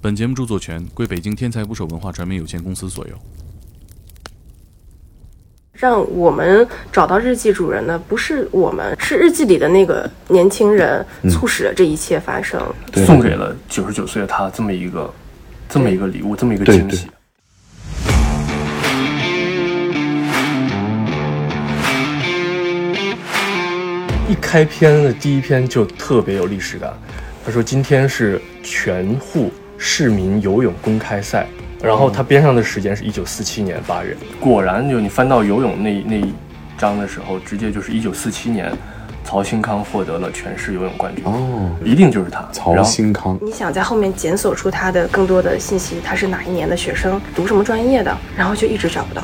本节目著作权归北京天才捕手文化传媒有限公司所有。让我们找到日记主人的不是我们，是日记里的那个年轻人促使了这一切发生。对送给了九十九岁的他这么一个这么一个礼物，这么一个对惊喜对。一开篇的第一篇就特别有历史感，他说今天是全沪市民游泳公开赛。然后他边上的时间是一九四七年八月，嗯果然就你翻到游泳那那一章的时候，直接就是一九四七年，曹新康获得了全市游泳冠军，哦，一定就是他。曹然后新康，你想在后面检索出他的更多的信息，他是哪一年的学生，读什么专业的，然后就一直找不到，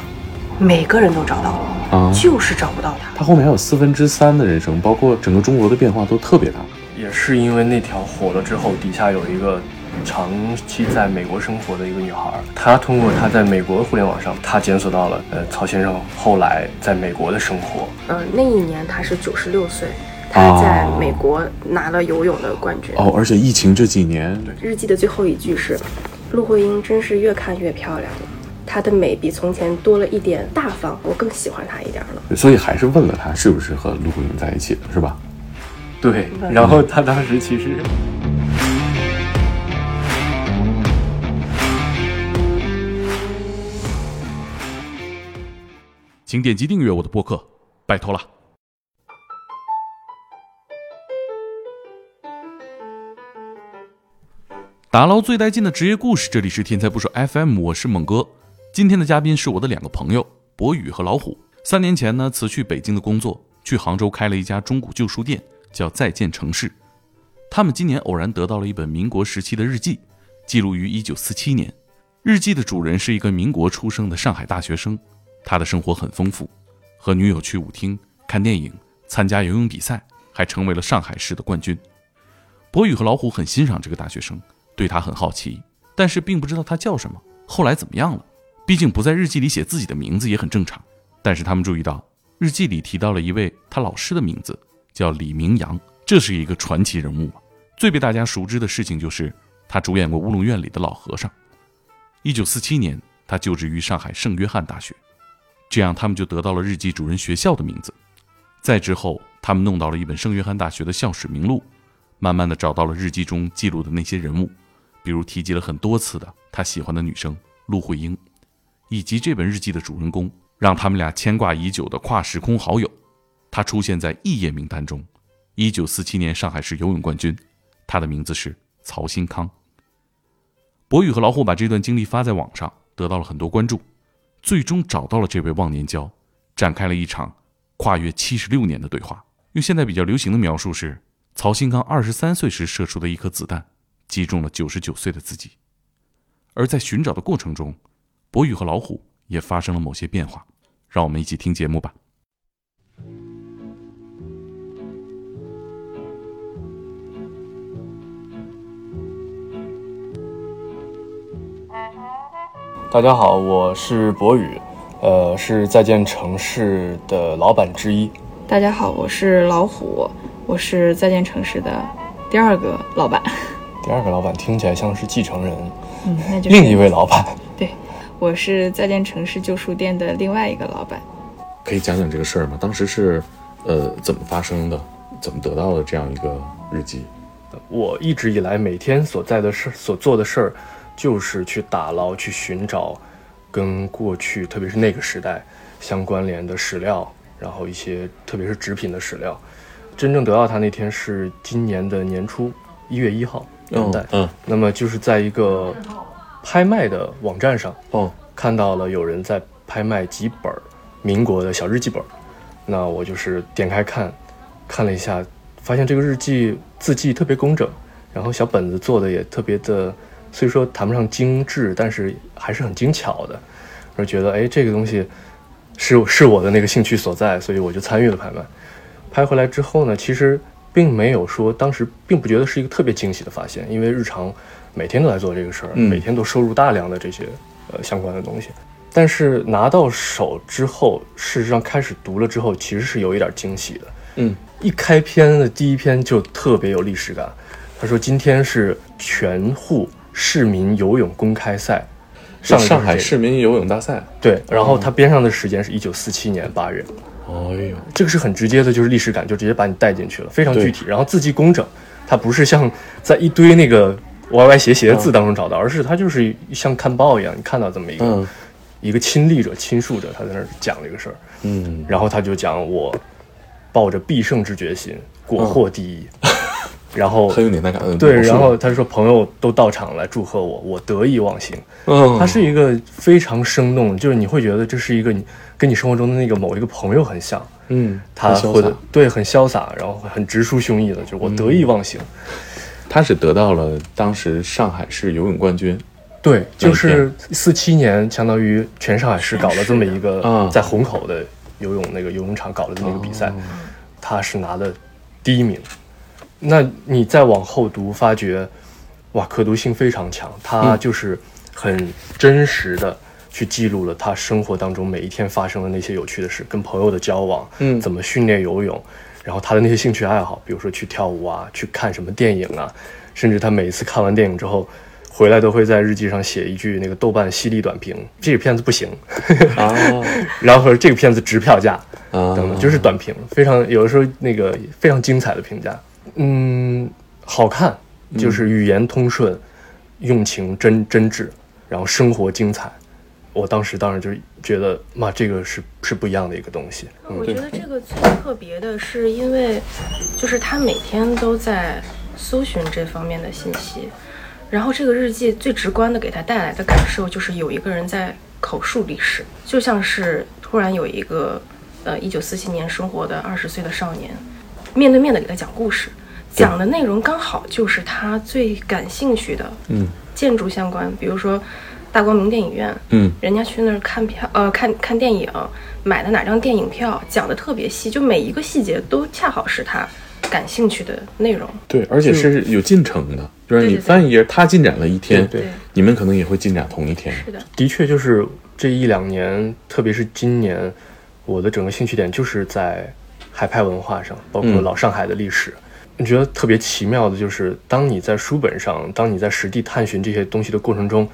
每个人都找到了，啊就是找不到他。他后面还有四分之三的人生，包括整个中国的变化都特别大。也是因为那条火了之后，底下有一个长期在美国生活的一个女孩儿，她通过她在美国互联网上，她检索到了呃曹先生后来在美国的生活。嗯、那一年他是九十六岁，他在美国拿了游泳的冠军。哦，而且疫情这几年，日记的最后一句是：“陆慧英真是越看越漂亮了，她的美比从前多了一点大方，我更喜欢她一点了。”所以还是问了他是不是和陆慧英在一起的，是吧？对，然后她当时其实请点击订阅我的播客，拜托了。打捞最带劲的职业故事，这里是天才不说 FM，我是猛哥。今天的嘉宾是我的两个朋友博宇和老虎。三年前呢，辞去北京的工作，去杭州开了一家中古旧书店，叫再见城市。他们今年偶然得到了一本民国时期的日记，记录于1947年。日记的主人是一个民国出生的上海大学生，他的生活很丰富，和女友去舞厅、看电影、参加游泳比赛，还成为了上海市的冠军。博宇和老虎很欣赏这个大学生，对他很好奇，但是并不知道他叫什么，后来怎么样了。毕竟不在日记里写自己的名字也很正常。但是他们注意到，日记里提到了一位他老师的名字，叫李明阳，这是一个传奇人物啊。最被大家熟知的事情就是他主演过《乌龙院》里的老和尚。一九四七年，他就职于上海圣约翰大学。这样他们就得到了日记主人学校的名字。再之后，他们弄到了一本圣约翰大学的校史名录，慢慢的找到了日记中记录的那些人物，比如提及了很多次的他喜欢的女生陆慧英，以及这本日记的主人公，让他们俩牵挂已久的跨时空好友。他出现在异业名单中，一九四七年上海市游泳冠军，他的名字是曹新康。博宇和老虎把这段经历发在网上，得到了很多关注。最终找到了这位忘年交，展开了一场跨越七十六年的对话。用现在比较流行的描述是：曹新康二十三岁时射出的一颗子弹，击中了九十九岁的自己。而在寻找的过程中，博宇和老虎也发生了某些变化。让我们一起听节目吧。 大家好，我是博宇，呃，是再见城市的老板之一。大家好，我是老虎，我是再见城市的第二个老板，第二个老板听起来像是继承人，嗯， 那就是另一位老板。对，我是再见城市旧书店的另外一个老板。可以讲讲这个事儿吗？当时是，呃，怎么发生的？怎么得到的这样一个日记？我一直以来每天所在的事、所做的事儿，就是去打捞、去寻找跟过去，特别是那个时代相关联的史料，然后一些特别是纸品的史料。真正得到它那天是今年的年初，一月一号，元旦。嗯，那么就是在一个拍卖的网站上，哦，看到了有人在拍卖几本儿民国的小日记本儿，那我就是点开看，看了一下，发现这个日记字迹特别工整，然后小本子做的也特别的，虽说谈不上精致，但是还是很精巧的。我就觉得，哎，这个东西是是我的那个兴趣所在，所以我就参与了拍卖。拍回来之后呢，其实并没有说当时并不觉得是一个特别惊喜的发现，因为日常每天都在做这个事儿，嗯每天都收入大量的这些呃相关的东西。但是拿到手之后，事实上开始读了之后，其实是有一点惊喜的。嗯，一开篇的第一篇就特别有历史感。他说今天是全沪市民游泳公开赛，是上的就是上这海个市民游泳大赛。对，然后它边上的时间是一九四七年八月，哦哎呦，这个是很直接的，就是历史感，就直接把你带进去了，非常对具体。然后字迹工整，它不是像在一堆那个歪歪斜斜的字当中找到，而是它就是像看报一样，你看到这么一个、嗯一个亲历者、亲述者，他在那儿讲这个事儿，嗯，然后他就讲我抱着必胜之决心，国货第一，然后嗯 很有年代感。嗯对，描述然后他说朋友都到场来祝贺我，我得意忘形。嗯，它是一个非常生动，就是你会觉得这是一个你跟你生活中的那个某一个朋友很像，嗯，他很潇会洒嗯对很潇洒，然后很直抒胸臆的，就是我得意忘形。他是得到了当时上海市游泳冠军。对，就那一是四七年，相当于全上海市搞了这么一个啊在虹口的游泳那个游泳场搞了这么一个比哦赛，他是拿的第一名。那你再往后读，发觉哇，可读性非常强，嗯他就是很真实的去记录了他生活当中每一天发生的那些有趣的事，跟朋友的交往，嗯怎么训练游泳，然后他的那些兴趣爱好，比如说去跳舞啊，去看什么电影啊，甚至他每一次看完电影之后。回来都会在日记上写一句那个豆瓣犀利短评，这个片子不行， 啊 然后或者这个片子值票价，啊，等等，就是短评，非常有的时候那个非常精彩的评价，嗯，好看，就是语言通顺，用情真真挚，然后生活精彩。我当时当时就是觉得，妈，这个是是不一样的一个东西。我觉得这个最特别的是，因为就是他每天都在搜寻这方面的信息，然后这个日记最直观的给他带来的感受就是有一个人在口述历史，就像是突然有一个呃一九四七年生活的二十岁的少年，面对面的给他讲故事，讲的内容刚好就是他最感兴趣的，嗯，建筑相关，比如说大光明电影院，嗯，人家去那儿看票，呃，看看电影，买的哪张电影票，讲的特别细，就每一个细节都恰好是他感兴趣的内容。对，而且是有进程的，就是对你对对翻一页，他进展了一天，对对你们可能也会进展同一天。是的，的确，就是这一两年，特别是今年，我的整个兴趣点就是在海派文化上，包括嗯老上海的历史。我觉得特别奇妙的就是，当你在书本上，当你在实地探寻这些东西的过程中，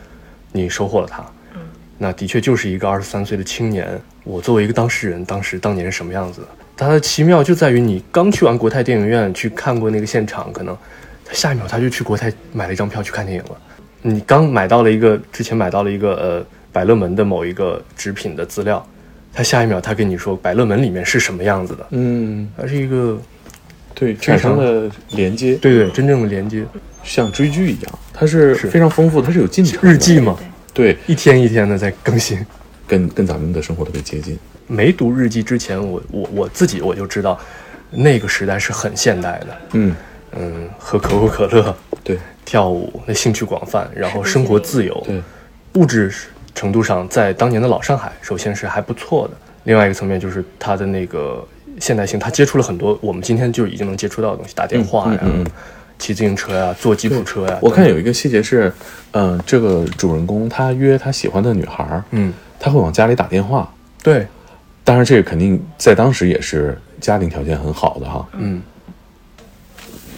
你收获了它。嗯，那的确就是一个二十三岁的青年，我作为一个当事人，当时当年是什么样子的？它的奇妙就在于，你刚去完国泰电影院去看过那个现场，可能他下一秒他就去国泰买了一张票去看电影了。你刚买到了一个之前买到了一个呃百乐门的某一个纸品的资料，他下一秒他跟你说百乐门里面是什么样子的，嗯，它是一个对，产生了连接，对对真正的连接像追剧一样，它是是非常丰富，它是有进程的日记嘛，对，一天一天的在更新。跟跟咱们的生活特别接近。没读日记之前，我我我自己我就知道，那个时代是很现代的，嗯，嗯，喝可口可乐，对跳舞，那兴趣广泛，然后生活自由，对，物质程度上，在当年的老上海，首先是还不错的。另外一个层面就是它的那个现代性，它接触了很多我们今天就已经能接触到的东西，打电话呀、嗯嗯嗯骑自行车呀、坐吉普车呀。我看等等，有一个细节是，嗯、这个主人公他约他喜欢的女孩儿，嗯，他会往家里打电话，对，当然这个肯定在当时也是家庭条件很好的哈，嗯，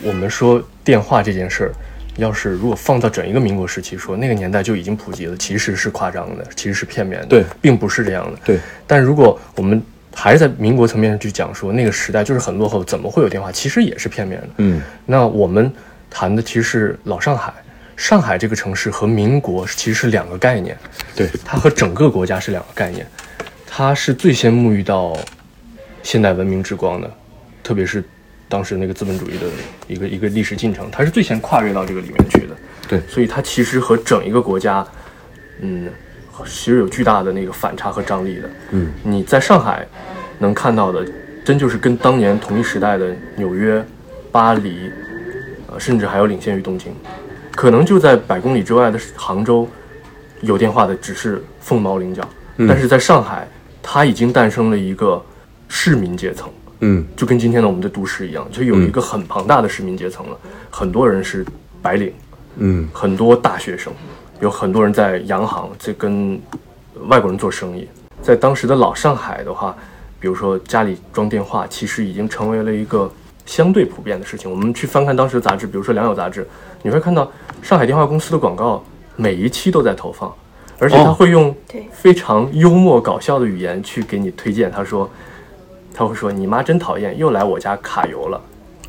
我们说电话这件事儿，要是如果放到整一个民国时期说，那个年代就已经普及了，其实是夸张的，其实是片面的，对并不是这样的。对，但如果我们还是在民国层面上去讲说那个时代就是很落后，怎么会有电话？其实也是片面的。嗯，那我们谈的其实是老上海，上海这个城市和民国其实是两个概念，对，它和整个国家是两个概念，它是最先沐浴到现代文明之光的，特别是当时那个资本主义的一个一个历史进程，它是最先跨越到这个里面去的。对所以它其实和整一个国家，嗯，其实有巨大的那个反差和张力的。嗯，你在上海能看到的，真就是跟当年同一时代的纽约、巴黎，呃，甚至还有领先于东京，可能就在百公里之外的杭州，有电话的只是凤毛麟角。但是在上海，它已经诞生了一个市民阶层，嗯就跟今天的我们的都市一样，就有一个很庞大的市民阶层了。很多人是白领，嗯很多大学生，有很多人在洋行这跟外国人做生意。在当时的老上海的话，比如说家里装电话，其实已经成为了一个相对普遍的事情。我们去翻看当时的杂志，比如说《良友》杂志，你会看到上海电话公司的广告每一期都在投放，而且他会用对非常幽默搞笑的语言去给你推荐。他说，他会说：“你妈真讨厌，又来我家卡油了。”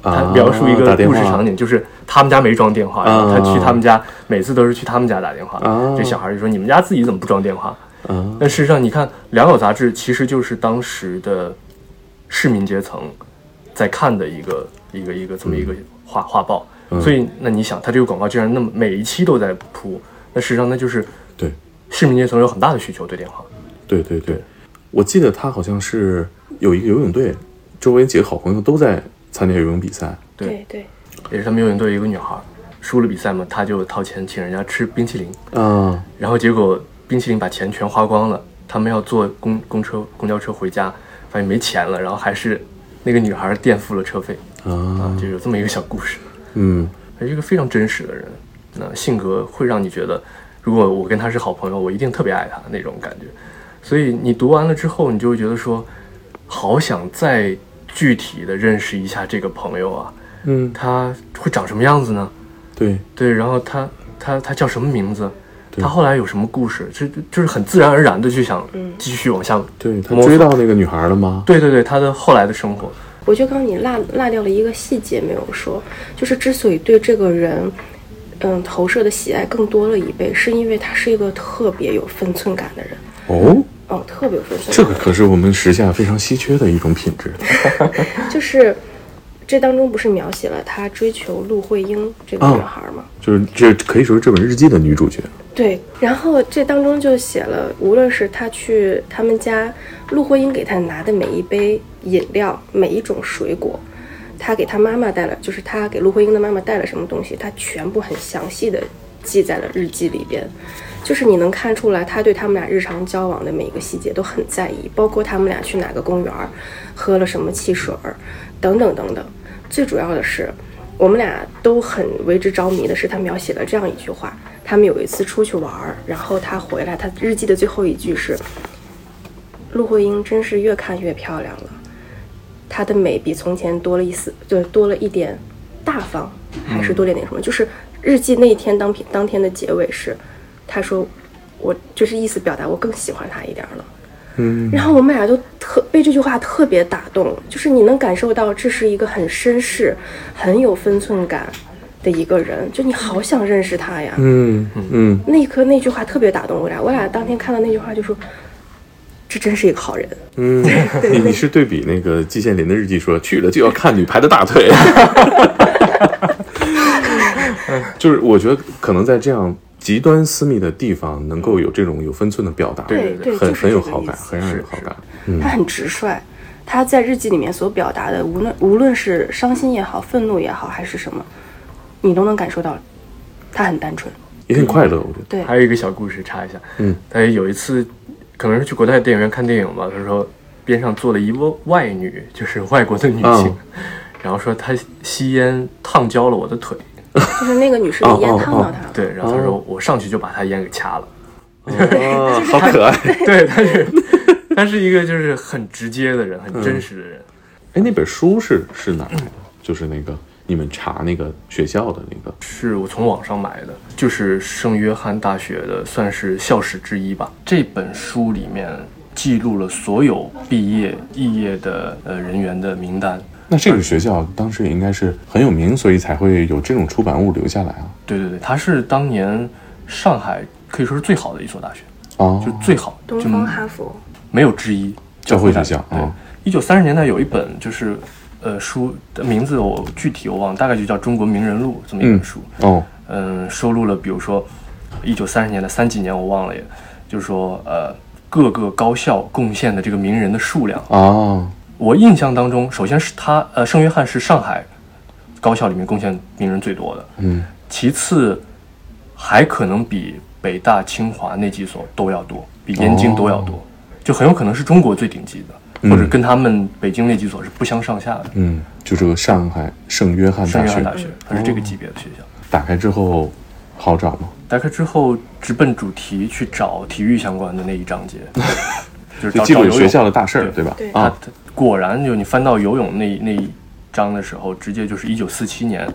他啊，描述一个打电故话事场景，就是他们家没装电话，然后他去啊他们家，每次都是去他们家打电话啊。这小孩就说：“你们家自己怎么不装电话？”啊，但事实上，你看《良友》杂志其实就是当时的市民阶层在看的一个一个一个这么一个嗯画、画报，所以那你想，它这个广告居然那么每一期都在铺，那事实上那就是对市民阶层有很大的需求对电话，对对对，我记得他好像是有一个游泳队，周围几个好朋友都在参加游泳比赛。对对对，也是他们游泳队有一个女孩输了比赛嘛，她就掏钱请人家吃冰淇淋，啊然后结果冰淇淋把钱全花光了，他们要坐公公车公交车回家，发现没钱了，然后还是那个女孩垫付了车费啊啊，，就有这么一个小故事。嗯还是一个非常真实的人，那性格会让你觉得，如果我跟他是好朋友，我一定特别爱他那种感觉。所以你读完了之后，你就会觉得说，好想再具体的认识一下这个朋友啊，嗯，他会长什么样子呢？对对，然后他他他叫什么名字？对他后来有什么故事？这这就是很自然而然的就想嗯继续往下。对，他摸索追到那个女孩了吗？对对对，他的后来的生活，我就刚刚你落落掉了一个细节没有说，就是之所以对这个人，嗯，投射的喜爱更多了一倍，是因为他是一个特别有分寸感的人，哦，哦，特别有分寸感。这个可是我们时下非常稀缺的一种品质。就是这当中不是描写了他追求陆慧英这个啊女孩吗？就是这可以说是这本日记的女主角。对，然后这当中就写了，无论是他去他们家，陆慧英给他拿的每一杯饮料，每一种水果，他给他妈妈带了，就是他给陆慧英的妈妈带了什么东西，他全部很详细的记在了日记里边。就是你能看出来，他对他们俩日常交往的每一个细节都很在意，包括他们俩去哪个公园儿，喝了什么汽水儿，等等等等。最主要的是，我们俩都很为之着迷的是，他描写了这样一句话：他们有一次出去玩儿，然后他回来，他日记的最后一句是：“陆慧英真是越看越漂亮了，她的美比从前多了一丝，对，多了一点大方，还是多了点什么？就是日记那一天当篇当天的结尾是，他说我就是意思表达我更喜欢她一点儿了。”嗯然后我们俩都特被这句话特别打动，就是你能感受到这是一个很绅士、很有分寸感的一个人，就你好想认识他呀。嗯嗯，那一刻那句话特别打动我俩，我俩当天看到那句话就说，这真是一个好人。嗯，你你是对比那个季羡林的日记说去了就要看女排的大腿， 就是我觉得可能在这样极端私密的地方，能够有这种有分寸的表达，对对很就是很有这个好意感，思很让人是有好感。他很直率，他在日记里面所表达的，无论无论是伤心也好、愤怒也好，还是什么，你都能感受到，他很单纯。也很快乐，我觉得。对，还有一个小故事插一下，嗯，他有一次可能是去国泰电影院看电影吧，他说边上坐了一位外女，就是外国的女性，嗯然后说她吸烟烫焦了我的腿，就是那个女士的哦烟哦烫哦到他了。对，然后他说我上去就把她烟给掐了， 啊，好可 爱！对，他是他是一个就是很直接的人，嗯很真实的人，哎，那本书是是哪儿来的？就是那个你们查那个学校的那个是我从网上买的，就是圣约翰大学的，算是校史之一吧。这本书里面记录了所有毕业肄业的呃人员的名单。那这个学校当时也应该是很有名，所以才会有这种出版物留下来啊。对对对，它是当年上海可以说是最好的一所大学，哦，就最好，东就方哈佛，没有之一。教会学校对啊，一九三十年代有一本就是呃书的名字我具体我忘了，大概就叫《中国名人录》这么一本嗯书。哦，嗯，收录了比如说一九三十年的三几年我忘了也，就是说呃各个高校贡献的这个名人的数量。哦，我印象当中，首先是他呃圣约翰是上海高校里面贡献名人最多的，嗯，其次还可能比北大、清华那几所都要多，比燕京都要多，哦嗯就很有可能是中国最顶级的，或者跟他们北京那几所是不相上下的。嗯，就这个上海圣约翰大圣约翰学，大学它是这个哦级别的学校。打开之后好找吗？打开之后，直奔主题去找体育相关的那一章 节，就是就找记找录游有学泳校的大事儿，对对吧？对它啊，它果然就你翻到游泳那那一章的时候，直接就是一九四七年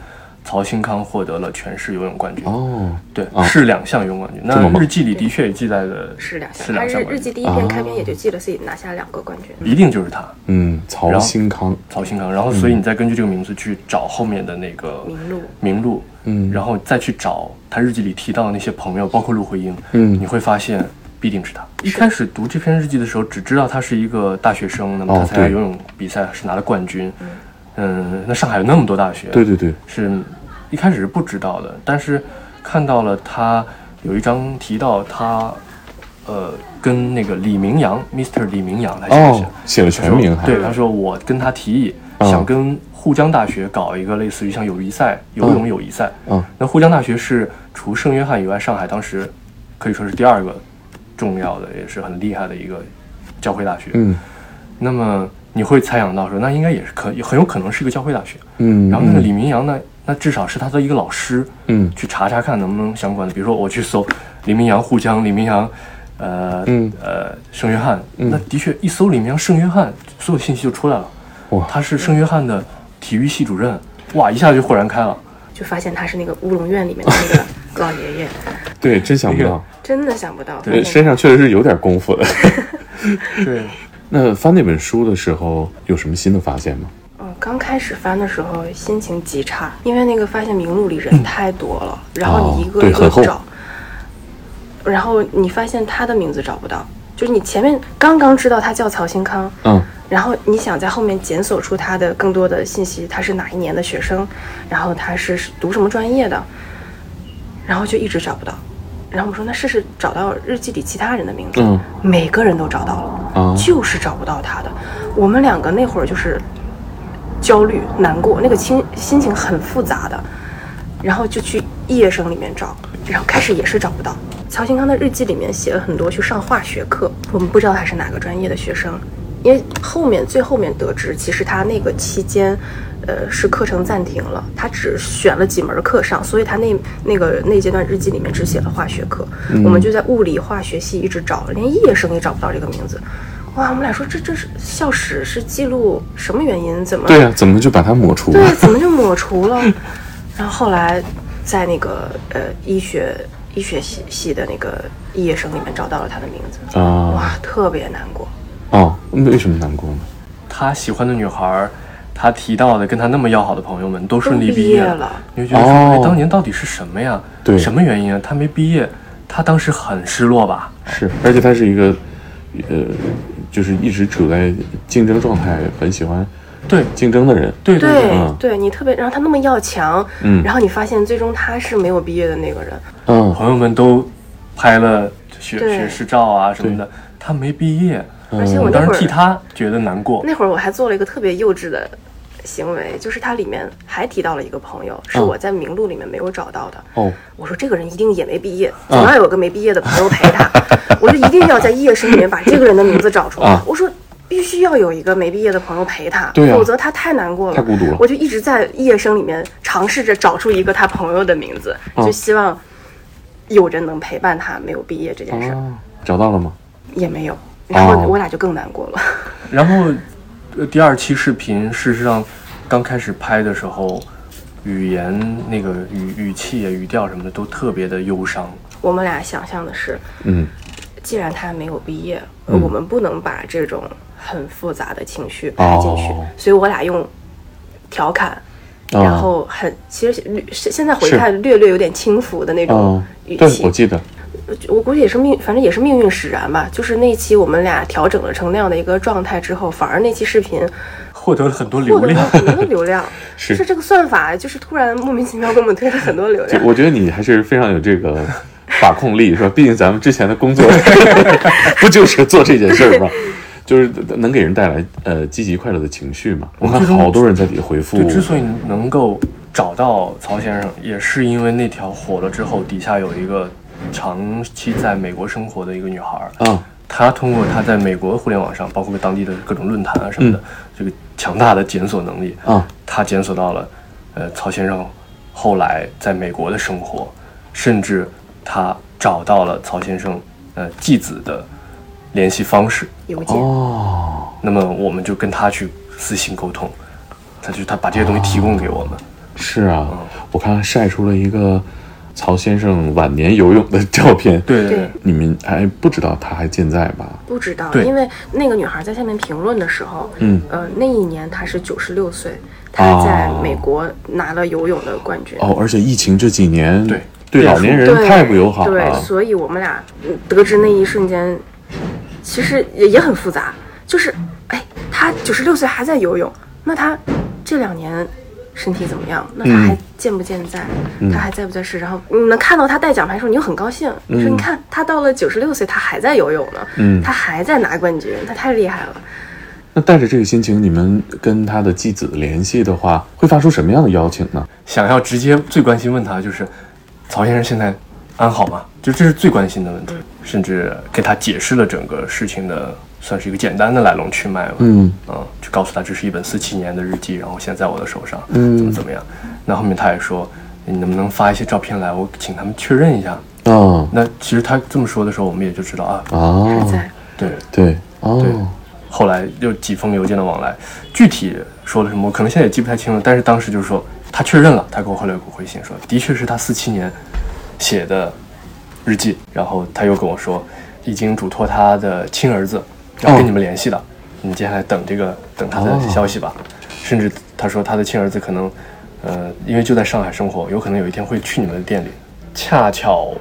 曹新康获得了全市游泳冠军。哦，对，哦是两项游泳冠军。这么那猛日记里的确也记载的是两项，是哦他两项日冠日军，记第一篇开篇也就记了自己拿下两个冠军。一定就是他嗯，曹然后新康，曹新康。然后，所以你再根据这个名字去找后面的那个名录名录，嗯然后再去找他日记里提到的那些朋友，包括陆回英，嗯你会发现必定是他。一开始读这篇日记的时候，只知道他是一个大学生，那么哦他参加对游泳比赛是拿了冠军。嗯，那上海有那么多大学，对对对，是一开始是不知道的，但是看到了他有一章提到他，呃，跟那个李明阳，Mr. 李明阳，他哎写的是哦，写了全名还对，他说我跟他提议，嗯想跟沪江大学搞一个类似于像友谊赛、游泳友谊赛。嗯那沪江大学是除圣约翰以外，上海当时可以说是第二个重要的，也是很厉害的一个教会大学。嗯那么你会猜想到说，那应该也是可很有可能是一个教会大学。嗯，然后那个嗯李明阳呢，那至少是他的一个老师，嗯去查查看能不能相关的，比如说我去搜李明阳沪江，李明阳，呃，嗯呃，圣约翰，嗯那的确一搜李明阳圣约翰，所有信息就出来了，哇他是圣约翰的体育系主任，哇，一下就豁然开朗，就发现他是那个乌龙院里面的那个老爷 爷，对，真想不到，真的想不到。呃身上确实是有点功夫的。 对，那翻那本书的时候有什么新的发现吗？嗯，刚开始翻的时候心情极差，因为那个发现名录里人太多了，然后你一个嗯哦对一个很厚找，然后你发现他的名字找不到，就是你前面刚刚知道他叫曹新康，嗯，然后你想在后面检索出他的更多的信息，他是哪一年的学生，然后他是读什么专业的，然后就一直找不到。然后我说那试试找到日记里其他人的名字，嗯每个人都找到了，啊就是找不到他的。我们两个那会儿就是焦虑、难过，那个心心情很复杂的，然后就去夜生里面找，然后开始也是找不到。曹新康的日记里面写了很多去上化学课，我们不知道他是哪个专业的学生，因为后面最后面得知，其实他那个期间，呃，是课程暂停了，他只选了几门课上，所以他那那个那阶段日记里面只写了化学课，嗯我们就在物理化学系一直找，连夜生也找不到这个名字。哇，我们俩说这这是校史是记录什么原因？怎么对啊，怎么就把它抹除对，了？怎么就抹除了？ 然后后来在那个呃医学医学系系的那个毕业生里面找到了他的名字，啊哇，特别难过。哦，那为什么难过呢？他喜欢的女孩儿，他提到的跟他那么要好的朋友们都顺利都毕毕业业了你就觉得说，哦哎，当年到底是什么呀？对什么原因啊？他没毕业，他当时很失落吧？是，而且他是一个，呃，就是一直处在竞争状态，很喜欢对竞争的人。对对对，嗯对，你特别，然后他那么要强，嗯然后你发现最终他是没有毕业的那个人，嗯，朋友们都拍了学对学士照啊什么的，他没毕业，嗯而且我我那当会时替儿他觉得难过。那会儿我还做了一个特别幼稚的行为，就是它里面还提到了一个朋友，是嗯我在名录里面没有找到的。哦，我说这个人一定也没啊毕业，总要有个没毕业的朋友陪 他。我就一定要在夜深里面把这个人的名字找出来。啊我说必须要有一个没毕业的朋友陪他，对啊否则他太难过了，太孤独了我就一直在夜深里面尝试着找出一个他朋友的名字，啊就希望有人能陪伴他没有毕业这件事儿、啊，找到了吗？也没有。然后哦我俩就更难过了，然后，呃第二期视频事实上刚开始拍的时候，语言那个语语气啊、语调什么的都特别的忧伤。我们俩想象的是，嗯，既然他没有毕业，嗯我们不能把这种很复杂的情绪排进去，哦所以我俩用调侃，哦然后很其实略是现在回是看略略有点轻浮的那种哦，语对，气。我记得，我估计也是命，反正也是命运使然吧。就是那期我们俩调整了成那样的一个状态之后，反而那期视频获得了很多流获得了量，很多流量， 是这个算法就是突然莫名其妙给我们推了很多流就量。我觉得你还是非常有这个把控力，是吧？毕竟咱们之前的工作 不就是做这件事儿吗？就是能给人带来呃积极快乐的情绪嘛。我看最终好多人在底下回复对，，之所以能够找到曹先生，也是因为那条火了之后，底下有一个长期在美国生活的一个女孩儿，啊，他通过他在美国互联网上，包括当地的各种论坛啊什么的，这个强大的检索能力啊，他检索到了，呃，曹先生后来在美国的生活，甚至他找到了曹先生呃继子的联系方式，邮件、哦。那么我们就跟他去私信沟通，他就他把这些东西提供给我们，是啊，我看晒出了一个曹先生晚年游泳的照片。，对对对你们还不知道他还健在吧？不知道，对因为那个女孩在下面评论的时候，嗯呃，那一年她是九十六岁，她在美国拿了游泳的冠军。哦，而且疫情这几年对对老年人对太不友好对，了。所以我们俩嗯得知那一瞬间，其实也也很复杂，就是，哎，她九十六岁还在游泳，那她这两年。身体怎么样？那嗯她还健不健在？她还在不在世？然后你能看到她带奖牌的时候，你就很高兴。你说你看，她到了九十六岁，她还在游泳呢，嗯她还在拿冠军，她太厉害了。那带着这个心情，你们跟他的继子联系的话，会发出什么样的邀请呢？想要直接最关心问他就是，曹先生现在安好吗？就这是最关心的问题，甚至给他解释了整个事情的，算是一个简单的来龙去脉吧。嗯，嗯，就告诉他这是一本四七年的日记，然后现在在我的手上，嗯怎么怎么样。那后面他也说，你能不能发一些照片来，我请他们确认一下。哦，那其实他这么说的时候，我们也就知道啊，还哦，在，对。对，对哦，后来又几封邮件的往来，具体说了什么，我可能现在也记不太清了。但是当时就是说，他确认了，他给我后来给我回信说，的确是他四七年写的日记。然后他又跟我说，已经嘱托他的亲儿子要跟你们联系了，你接下来等这个等他的消息吧。甚至他说他的亲儿子可能，呃，因为就在上海生活，有可能有一天会去你们的店里。恰巧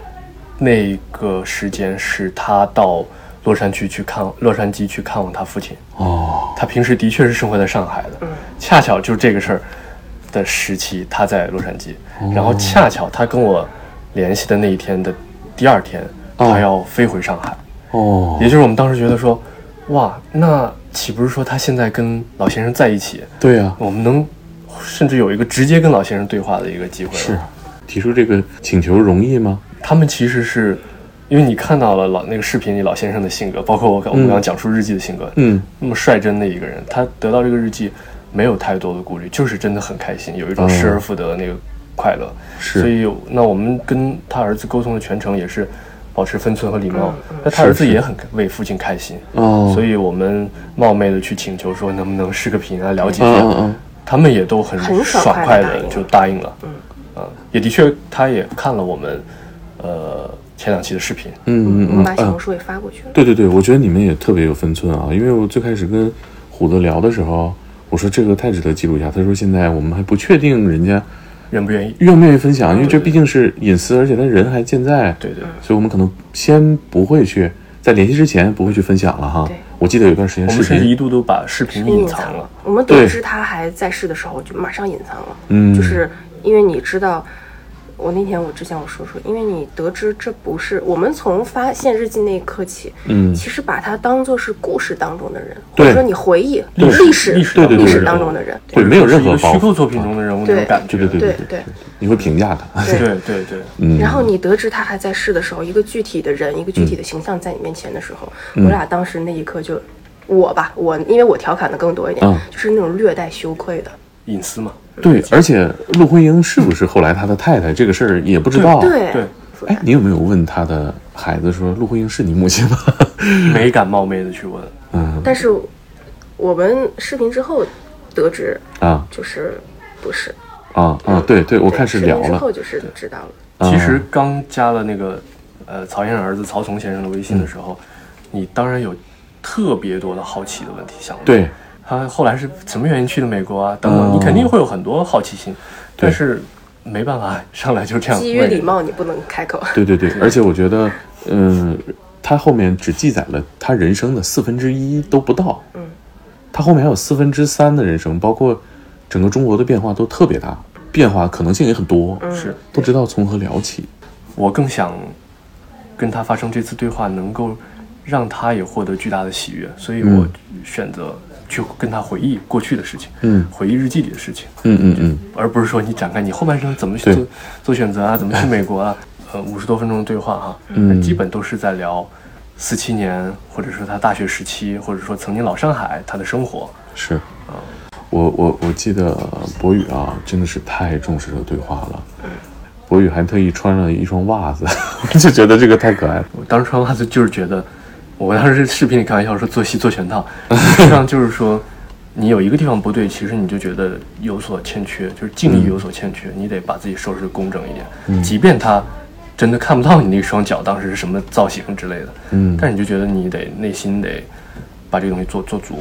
那个时间是他到洛杉矶去看洛杉矶去看望他父亲。哦，他平时的确是生活在上海的，恰巧就是这个事儿的时期，他在洛杉矶，然后恰巧他跟我联系的那一天的第二天，哦他要飞回上海，哦也，就是我们当时觉得说，哇，那岂不是说他现在跟老先生在一起，对啊呀、我们能甚至有一个直接跟老先生对话的一个机会了？是，啊提出这个请求容易吗？他们其实是。因为你看到了老那个视频里老先生的性格，包括我刚我们刚讲述日记的性格，嗯，那么率真的一个人，他得到这个日记没有太多的顾虑，就是真的很开心，有一种失而复得的那个快乐。嗯是所以那我们跟他儿子沟通的全程也是保持分寸和礼貌，那、他是儿子是也很为父亲开心，哦，所以我们冒昧的去请求说能不能视个频啊，聊几天，嗯嗯嗯，他们也都很很爽爽快快地答的应就答应了。嗯，啊，也的确，他也看了我们呃前两期的视频，嗯嗯我嗯们把嗯小红书也发过去了。对对对，我觉得你们也特别有分寸啊，因为我最开始跟虎子聊的时候，我说这个太值得记录一下，他说现在我们还不确定人家愿不愿意？愿不愿意分享，因为这毕竟是隐私，而且他人还健在，对对，对所以我们可能先不会去在联系之前不会去分享了哈对。我记得有一段时间我视们甚至频，一度都把视频隐藏了。。嗯我们对得知他还在世的时候，就马上隐藏了。嗯就是因为你知道，我那天我之前我说说，因为你得知这不是我们从发现日记那一刻起，嗯其实把它当做是故事当中的人，或对者说你回忆历史历历史对对对历对史对当中的人。对，没有任何是一包个虚构袱，作品中的人物那种对感觉。对对对对对你会评价他。 对对对对嗯，然后你得知他还在世的时候，一个具体的人，一个具体的形象在你面前的时候，嗯我俩当时那一刻就，我吧，我因为我调侃的更多一点，嗯就是那种略带羞愧的，隐私嘛，对，而且陆慧英是不是后来他的太太这个事儿也不知道。对对，哦哎，你有没有问他的孩子说陆慧英是你母亲吗？ 没敢冒昧的去问。嗯但是我们视频之后得知，啊就是不是啊啊！对对，我看是视聊频之了后就是知道了，啊其实刚加了那个呃曹先生儿子曹从先生的微嗯信的时候，你当然有特别多的好奇的问题想问。对，他后来是什么原因去的美国啊？等哦等，你肯定会有很多好奇心，对但是没办法上来就这样问基人。于礼貌你不能开口，对对对，而且我觉得，嗯、他后面只记载了他人生的四分之一都不到，嗯，他后面还有四分之三的人生，包括整个中国的变化都特别大，变化可能性也很多，嗯，是不知道从何聊起。我更想跟他发生这次对话，能够让他也获得巨大的喜悦，所以我选择去跟他回忆过去的事情，嗯回忆日记里的事情，嗯嗯嗯，而不是说你展开你后半生怎么去对做做选择啊，怎么去美国啊， 呃，五十多分钟的对话哈、嗯基本都是在聊四七年，或者说他大学时期，或者说曾经老上海他的生活，是，我我我记得博宇啊，真的是太重视这个对话了。嗯博宇还特意穿了一双袜子， 我就觉得这个太可爱了。我当时穿袜子就是觉得，我当时视频里开玩笑说做戏做全套，实际上就是说，你有一个地方不对，其实你就觉得有所欠缺，就是敬意有所欠缺，你得把自己收拾得工整一点。即便他真的看不到你那双脚当时是什么造型之类的，嗯但是你就觉得你得内心得把这个东西做做足。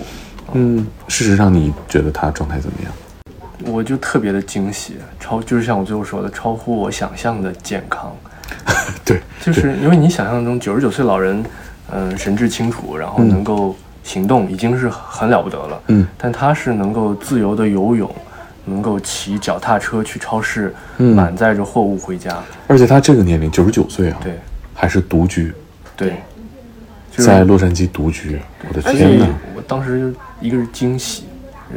嗯，事实上你觉得他状态怎么样？我就特别的惊喜，超就是像我最后说的，超乎我想象的健康。对，就是因为你想象中九十九岁老人，嗯、神志清楚，然后能够行动，已经是很了不得了。嗯，但他是能够自由的游泳，能够骑脚踏车去超市、嗯满载着货物回家。而且他这个年龄九十九岁啊，对，还是独居，对，就是在洛杉矶独居，我的所天以哪！我当时就一个是惊喜，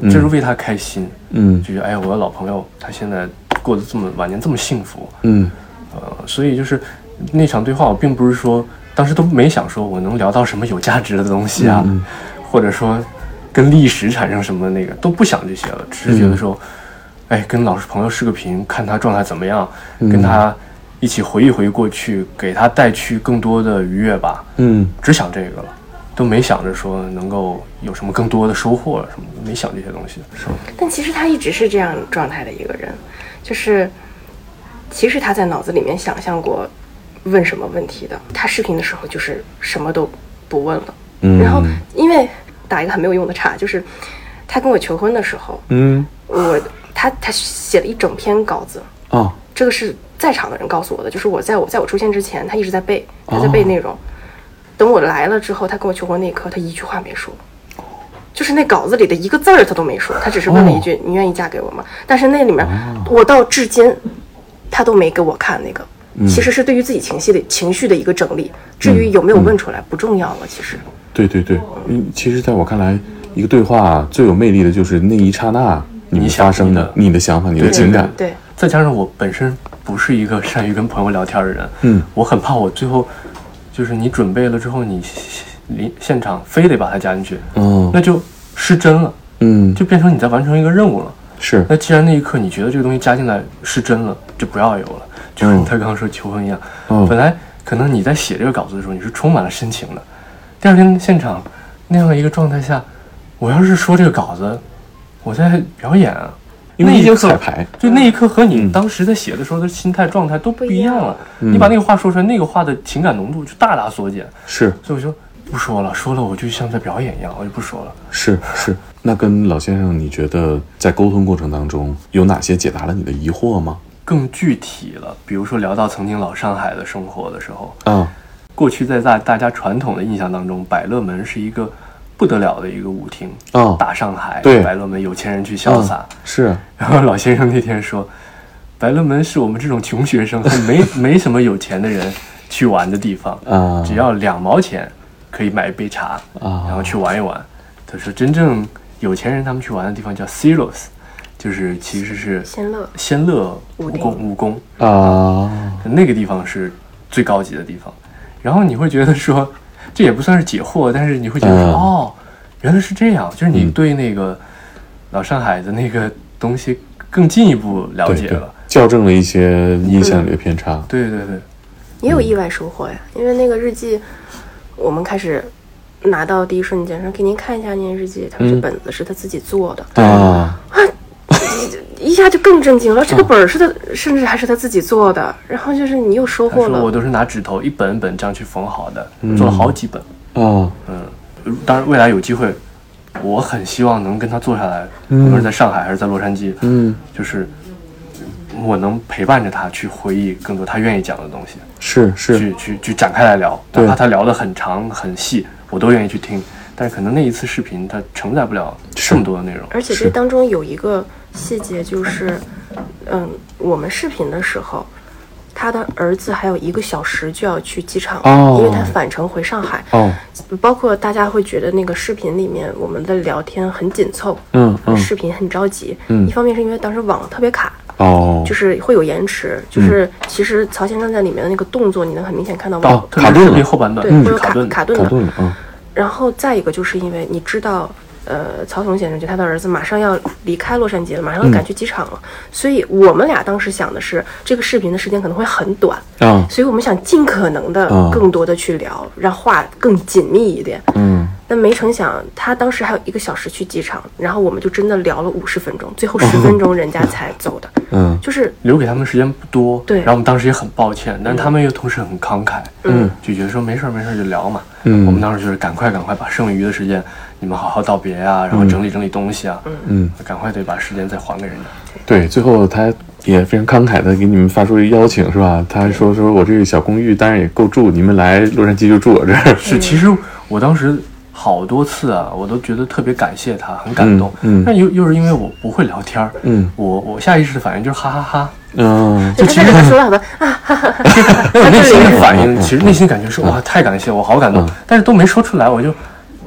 就是为他开心，嗯就觉得哎呀，我的老朋友他现在过得这么晚年这么幸福，嗯呃，所以就是那场对话，我并不是说当时都没想说我能聊到什么有价值的东西啊，嗯或者说跟历史产生什么那个都不想这些了，只是觉嗯得说，哎，跟老朋友视个频，看他状态怎么样，嗯跟他一起回忆回忆过去，给他带去更多的愉悦吧，嗯只想这个了。都没想着说能够有什么更多的收获什么的，没想这些东西。是但其实他一直是这样状态的一个人，就是其实他在脑子里面想象过问什么问题的。他视频的时候就是什么都不问了，嗯，然后因为打一个很没有用的岔，就是他跟我求婚的时候，嗯我他他写了一整篇稿子，啊这个是在场的人告诉我的，就是我在我在我出现之前，他一直在背，他在背内容。等我来了之后，他跟我求婚那一刻，他一句话没说，就是那稿子里的一个字儿他都没说，他只是问了一句：“你愿意嫁给我吗？”但是那里面，我到至今他都没给我看那个，其实是对于自己情绪的情绪的一个整理。至于有没有问出来，不重要了，其实。对对对，嗯，其实在我看来，一个对话最有魅力的就是那一刹那你们你想发生你的的，你的想法，你的对情感，对，再加上我本身不是一个善于跟朋友聊天的人，嗯，我很怕我最后就是你准备了之后，你离现场非得把它加进去，嗯那就失真了，嗯，就变成你在完成一个任务了。是那既然那一刻你觉得这个东西加进来是真了，就不要有了，就是他刚刚说求婚一样，嗯本来可能你在写这个稿子的时候你是充满了深情的，第二天现场那样一个状态下，我要是说这个稿子，我在表演啊，因为那已一经刻彩排，嗯就那一刻和你当时在写的时候的心态状态都不一样了。你把那个话说出来，那个话的情感浓度就大大缩减。是所以我就不说了，说了我就像在表演一样，我就不说了。是是。那跟老先生，你觉得在沟通过程当中有哪些解答了你的疑惑吗？更具体了，比如说聊到曾经老上海的生活的时候，啊，过去在大大家传统的印象当中，百乐门是一个不得了的一个舞厅，哦大上海，对百乐门有钱人去潇洒。嗯是然后老先生那天说，百乐门是我们这种穷学生和 没没什么有钱的人去玩的地方，啊，只要两毛钱可以买一杯茶，然后去玩一玩。他说，真正有钱人他们去玩的地方叫 Ceros，就是其实是仙乐仙乐武武林功武功，啊，那个地方是最高级的地方。然后你会觉得说， 这也不算是解惑，但是你会觉得说，嗯哦，原来是这样，就是你嗯对那个老上海的那个东西更进一步了对解对了。，校正了一些印象里的偏差。对对对，也有意外收获呀，因为那个日记，我们开始拿到第一瞬间说给您看一下您的日记，他嗯说这本子是他自己做的，啊，一下就更震惊了。这个本儿是他，甚至还是他自己做的，然后就是你又收他获说我了，嗯都是拿指头一本一本这样去缝好的，嗯做了好几本。啊，当然，未来有机会，我很希望能跟他坐下来，无论是在上海还是在洛杉矶，嗯，就是我能陪伴着他去回忆更多他愿意讲的东西，是是，去去去展开来聊，对哪怕他聊得很长很细，我都愿意去听。但是可能那一次视频它承载不了这么多的内容，而且这当中有一个细节就是，嗯，我们视频的时候。他的儿子还有一个小时就要去机场了，哦因为他返程回上海。哦，包括大家会觉得那个视频里面我们的聊天很紧凑，嗯嗯呃视频很着急，嗯一方面是因为当时网特别卡，哦，嗯就是会有延迟，就是其实曹先生在里面的那个动作，你能很明显看到网哦特别卡顿是了视频后半段对嗯会有卡卡顿，卡顿卡的。顿了啊，然后再一个就是因为你知道。呃，曹彤先生就他的儿子马上要离开洛杉矶了，马上嗯要赶去机场了，所以我们俩当时想的是，这个视频的时间可能会很短，啊，所以我们想尽可能的嗯更多的去聊，让话更紧密一点。嗯但没成想，他当时还有一个小时去机场，然后我们就真的聊了五十分钟，最后十分钟人家才走的，嗯就是留给他们时间不多，对然后我们当时也很抱歉，嗯但是他们又同时很慷慨，嗯，就觉得说没事儿没事儿就聊嘛，嗯我们当时就是赶快赶快把剩余的时间，你们好好道别啊，然后整理整理东西啊，嗯，赶快得把时间再还给人家，对，最后他也非常慷慨的给你们发出邀请，是吧？他还说说我这个小公寓当然也够住，你们来洛杉矶就住我这儿。是，其实我当时。好多次啊，我都觉得特别感谢他，很感动。嗯嗯但又又是因为我不会聊天儿，嗯我我下意识的反应就是哈哈 哈，嗯就他在里面 说了很多啊，我内心的反应，其实内心感觉是哇，太感谢，我好感动嗯，但是都没说出来，我就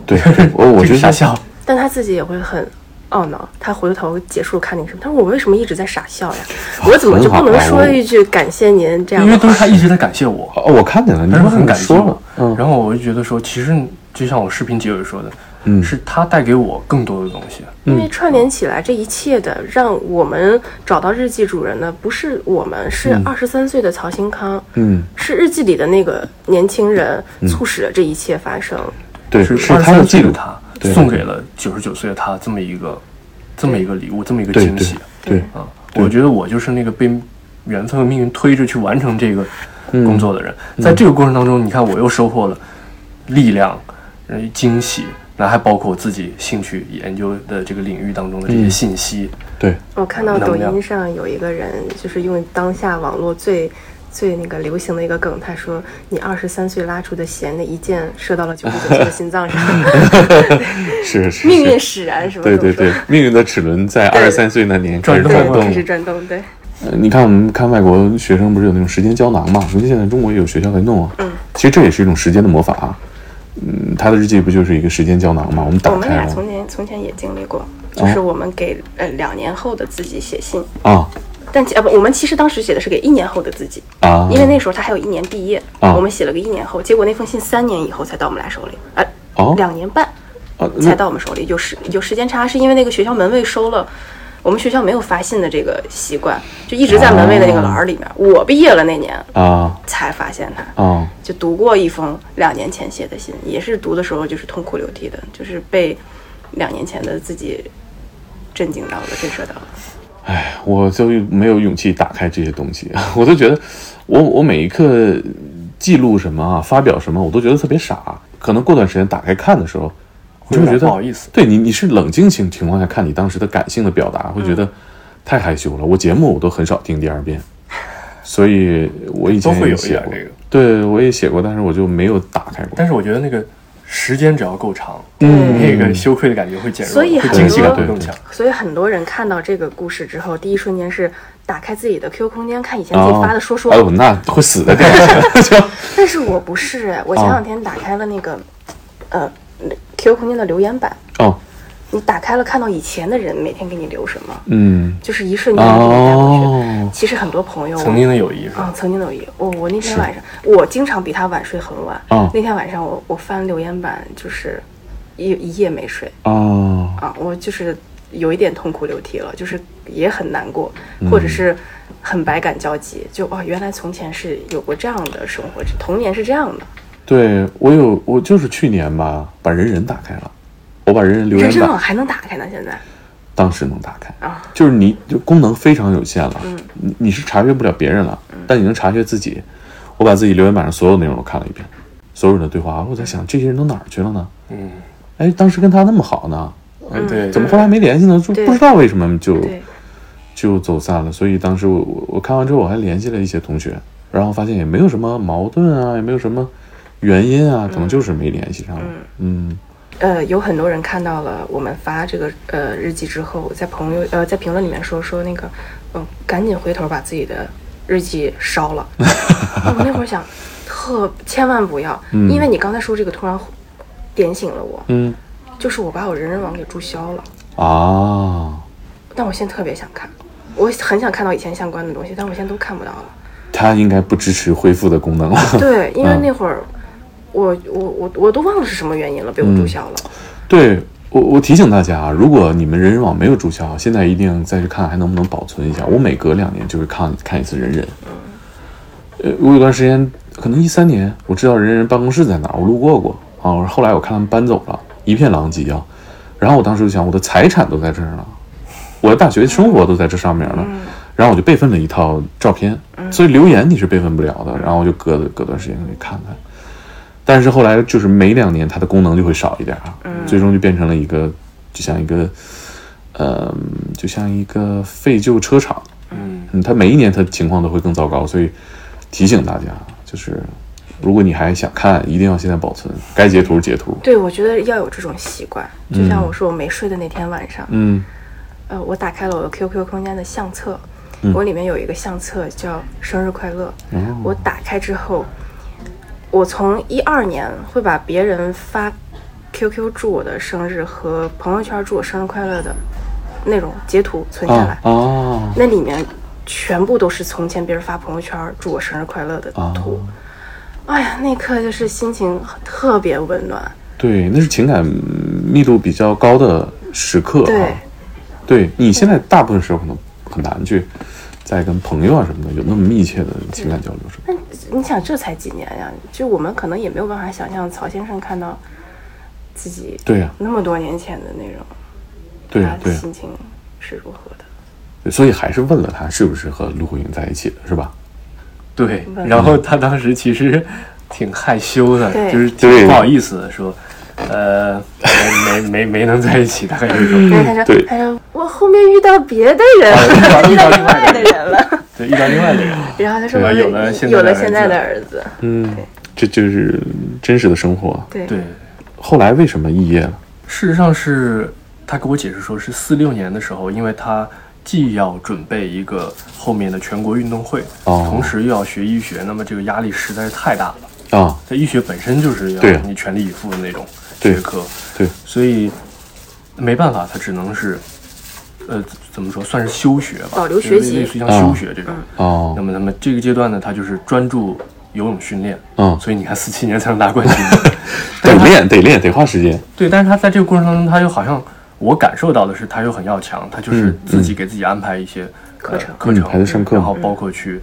对，对我我这觉个傻得笑。但他自己也会很懊恼。他回头结束看那个什么，他说我为什么一直在傻笑呀？我怎么就不能说一句感谢您这样哦因的话？为都是他一直在感谢我，哦，我看见了，你他们说很感谢说了我，，嗯，然后我就觉得说，其实就像我视频结尾说的，嗯是他带给我更多的东西，因为串联起来这一切的，让我们找到日记主人的不是我们，是嗯二十三岁的曹新康，嗯，是日记里的那个年轻人嗯促使了这一切发生。对，是是23他要记岁录的，他对送给了九十九岁的他这么一个这么一个礼物，这么一个对惊对喜对，啊！我觉得我就是那个被缘分和命运推着去完成这个嗯工作的人，在这个过程当中，你看我又收获了力量、呃惊喜，那还包括我自己兴趣研究的这个领域当中的这些嗯信息，对，我看到抖能量音上有一个人，就是用当下网络最最那个流行的一个梗，他说：“你二十三岁拉出的弦的一箭射到了九十九岁的心脏 上，是是命运是，使然。”什么对怎么对说对，命运的齿轮在二十三岁那年开始转转动动开，始转动，对，呃，你看，我们看外国学生不是有那种时间胶囊嘛？人家现在中国也有学校在弄啊。嗯，其实这也是一种时间的魔法、啊。嗯，他的日记不就是一个时间胶囊嘛？我们打我们开俩了哦从前从前也经历过，就是我们给呃两年后的自己写信，啊但其啊不，我们其实当时写的是给一年后的自己，啊，因为那时候他还有一年毕业，啊我们写了个一年后，结果那封信三年以后才到我们俩手里，啊，哦两年半啊那才到我们手里，有时有时间差，是因为那个学校门卫收了。我们学校没有发信的这个习惯，就一直在门卫的那个栏儿里面。我毕业了那年啊才发现它，啊就读过一封两年前写的信，也是读的时候就是痛哭流涕的，就是被两年前的自己震惊到了，震慑到了。我就没有勇气打开这些东西， 我都觉得我我每一刻记录什么啊，发表什么，我都觉得特别傻。可能过段时间打开看的时候，我就有觉点得不好意思。对你，你是冷静情情况下看你当时的感性的表嗯达，会觉得太害羞了。我节目我都很少听第二遍，所以我以前都会有也一写点过，这个对我也写过，但是我就没有打开过。但是我觉得那个时间只要够长，嗯那个羞愧的感觉会减弱，所以会很惊喜感多会更强。所以很多人看到这个故事之后，第一瞬间是打开自己的 QQ 空间看以前啊自己发的说说，哎呦，那会死的，这个 就但是我不是哎，我前哦两天打开了那个、呃 QQ 空间的留言板，哦，你打开了看到以前的人每天给你留什么，嗯，就是一瞬间给你带过去。哦，其实很多朋友我曾经的友谊是吧？啊、曾经的友谊。我我那天晚上，我经常比他晚睡很晚。哦那天晚上我我翻留言板，就是一一夜没睡哦，啊，我就是有一点痛哭流涕了，就是也很难过，或嗯者是很百感交集。就哦，原来从前是有过这样的生活，童年是这样的。对我有，我就是去年吧，把人人打开了，我把人人留人言生板网还能打开呢，现在当时能打开，啊，嗯就是你就功能非常有限了，你你是察觉不了别人了，但你能察觉自己。我把自己留言板上所有内容都看了一遍，所有人的对话，我在想这些人都哪儿去了呢？嗯，哎，当时跟他那么好呢，嗯对，怎么后来没联系呢？就嗯对不知道为什么就对，就走散了。所以当时我我我看完之后，我还联系了一些同学，然后发现也没有什么矛盾啊，也没有什么原因嗯啊，可能就是没联系上了。嗯呃，有很多人看到了我们发这个呃日记之后，在朋友呃在评论里面说说那个，嗯、赶紧回头把自己的日记烧 了。啊我那会儿想，特千万不要，因为你刚才说这个突然点醒了我，嗯就是我把我人人网给注销了，啊，但我现在特别想看，我很想看到以前相关的东西，但我现在都看不到了。 他应该不支持恢复的功能了。对，因为嗯那会儿。我我我我都忘了是什么原因了，被我嗯注销了。对我，我提醒大家啊，如果你们人人网没有注销，现在一定再去看还能不能保存一下。我每隔两年就会看看一次人人。呃，我有段时间，可能一三年，我知道人人办公室在哪儿，我路过过啊。我后来我看他们搬走了，一片狼藉啊。然后我当时就想，我的财产都在这儿了，我的大学生活都在这上面了。然后我就备份了一套照片，所以留言你是备份不了的。然后我就隔隔段时间去看看。但是后来就是每两年它的功能就会少一点啊，最终就变成了一个，就像一个，呃，就像一个废旧车厂。嗯，它每一年它情况都会更糟糕，所以提醒大家，就是如果你还想看，一定要现在保存，该截图截图。对，我觉得要有这种习惯。就像我说，我没睡的那天晚上，嗯呃，我打开了我的 QQ 空间的相册，我里面有一个相册叫“生日快乐”我打开之后，我从一二年会把别人发 QQ 祝我的生日和朋友圈祝我生日快乐的内容截图存下来啊，啊那里面全部都是从前别人发朋友圈祝我生日快乐的啊！图。哎呀，那一刻就是心情特别温暖。对，那是情感密度比较高的时刻对啊。对你现在大部分时候可能很难去再跟朋友啊什么的有那么密切的情感交流什么的。你想，这才几年呀？就我们可能也没有办法想象曹先生看到自己对呀、那么多年前的那种，对呀、他对的呀、心情是如何的？对所以还是问了他是不是和陆慧颖在一起的，是吧？对嗯，然后他当时其实挺害羞的，对就是对挺不好意思的说，呃，没没没没能在一起，大概这 种。对，他说，嗯对他说我后面遇到别的人了， 遇到另外的人了。对，遇到另外的人，然后他说对我有了现有在的了儿子现在的儿子，嗯，这就是真实的生活。对对，后来为什么肄业了？事实上是他给我解释说是四六年的时候，因为他既要准备一个后面的全国运动会，哦同时又要学医学，那么这个压力实在是太大了。啊，在医学本身就是对要啊你全力以赴的那种对学科，对所以没办法，他只能是，呃，怎怎么说，算是休学吧，保留就是学嗯籍类似于像休学这种。啊哦那，么，那么这个阶段呢，他就是专注游泳训练，嗯所以你看四七年才能拿冠军， 得练得练得花时间。对，但是他在这个过程当中，他又好像我感受到的是，他又很要强，他就是自己给自己安排一些、课程呃课程，嗯嗯还在上课然后包括去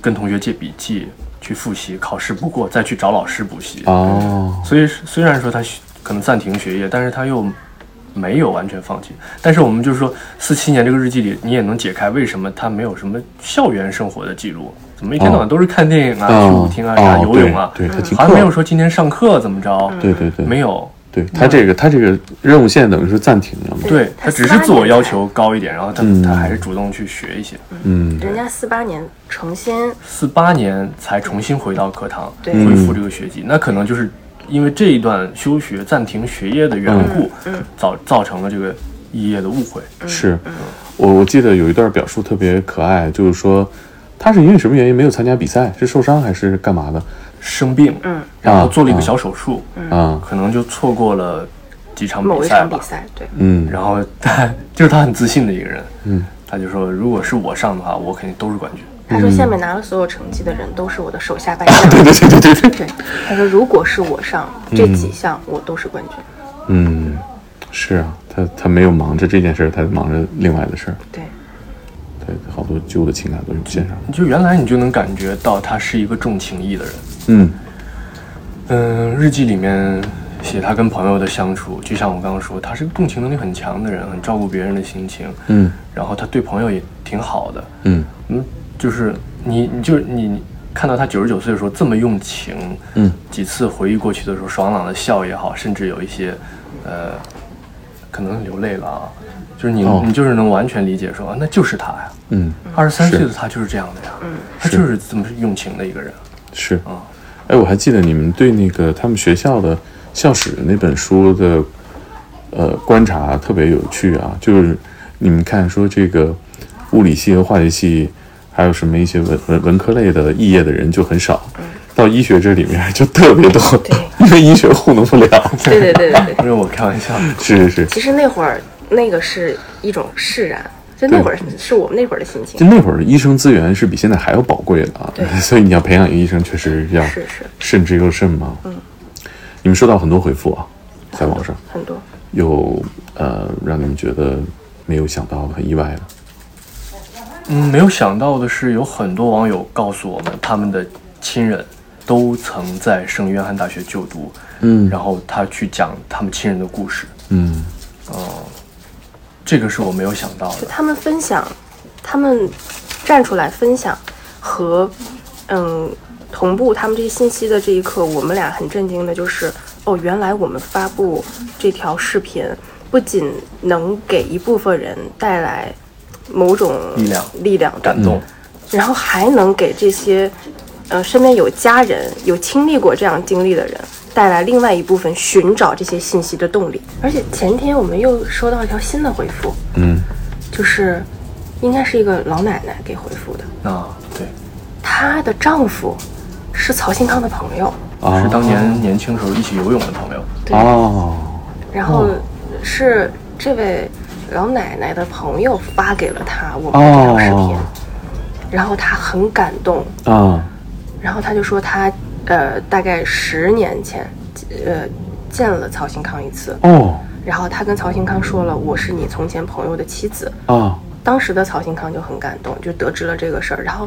跟同学借笔记。去复习，考试不过再去找老师补习哦，所以虽然说他学可能暂停学业，但是他又没有完全放弃。但是我们就是说，四七年这个日记里，你也能解开为什么他没有什么校园生活的记录，怎么一天到晚都是看电影啊、哦去舞厅啊、哦啥游泳啊，对对他听好课像没有说今天上课怎么着，对对对没有。对他这个他这个任务线等于是暂停了嘛？对他他只是自我要求高一点，然后他、嗯他还是主动去学一些。嗯，人家四八年成新，四八年才重新回到课堂，对恢复这个学籍，那可能就是因为这一段休学、暂停学业的缘故，嗯造造成了这个肄业的误会。是我我记得有一段表述特别可爱，就是说他是因为什么原因没有参加比赛，是受伤还是干嘛的？生病，嗯然后做了一个小手术，啊，可能就错过了几场某比一赛场比吧。赛，对，嗯，然后他 就是他很自信的一个人，嗯，他就说，如果是我上的话，我肯定都是冠军。他说下面拿了所有成绩的人都是我的手下败将。 对对对对嗯对对，对，他说如果是我上这几项，我都是冠军。嗯，是啊，他他没有忙着这件事儿，他忙着另外的事儿，对，对，好多旧的情感都涌现上来。就原来你就能感觉到他是一个重情义的人，嗯嗯，日记里面写他跟朋友的相处，就像我刚刚说，他是个共情能力很强的人，很照顾别人的心情，嗯然后他对朋友也挺好的，嗯嗯，就是你，你就是你你看到他九十九岁的时候这么用情，嗯，几次回忆过去的时候，爽朗的笑也好，甚至有一些，呃，可能流泪了啊，就是你、哦你就是能完全理解说，啊那就是他呀，嗯，二十三是岁的他就是这样的呀，他就是这么用情的一个人，是哎，我还记得你们对那个他们学校的校史那本书的呃观察特别有趣啊，就是你们看说这个物理系和化学系，还有什么一些文文文科类的肄业的人就很少，到医学这里面就特别多，因为医学糊弄不了。 对对对对对。不是我开玩笑，是是，其实那会儿那个是一种释然，就那会儿是我们那会儿的心就情。那会儿医生资源是比现在还要宝贵的啊对，所以你要培养一个医生，确实要是是慎之又慎嘛。嗯，你们收到很多回复啊，在网上。很多，有呃让你们觉得没有想到很意外的？嗯，没有想到的是，有很多网友告诉我们他们的亲人都曾在圣约翰大学就读，嗯然后他去讲他们亲人的故事，嗯，这个是我没有想到的。他们分享，他们站出来分享和嗯同步他们这些信息的这一刻，我们俩很震惊的就是，哦，原来我们发布这条视频，不仅能给一部分人带来某种力量力量感动，然后还能给这些，呃，身边有家人、有经历过这样经历的人，带来另外一部分寻找这些信息的动力。而且前天我们又收到一条新的回复，嗯，就是应该是一个老奶奶给回复的，嗯啊，对，她的丈夫是曹新康的朋友，啊是当年年轻时候一起游泳的朋友。哦，然后是这位老奶奶的朋友发给了她我们这条视频，哦然后她很感动，啊，然后他就说他呃大概十年前呃见了曹新康一次，哦，然后他跟曹新康说了我是你从前朋友的妻子，啊，当时的曹新康就很感动，就得知了这个事儿，然后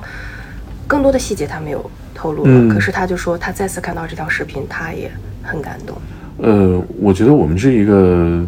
更多的细节他没有透露了，嗯可是他就说他再次看到这条视频，他也很感动，呃，我觉得我们是一个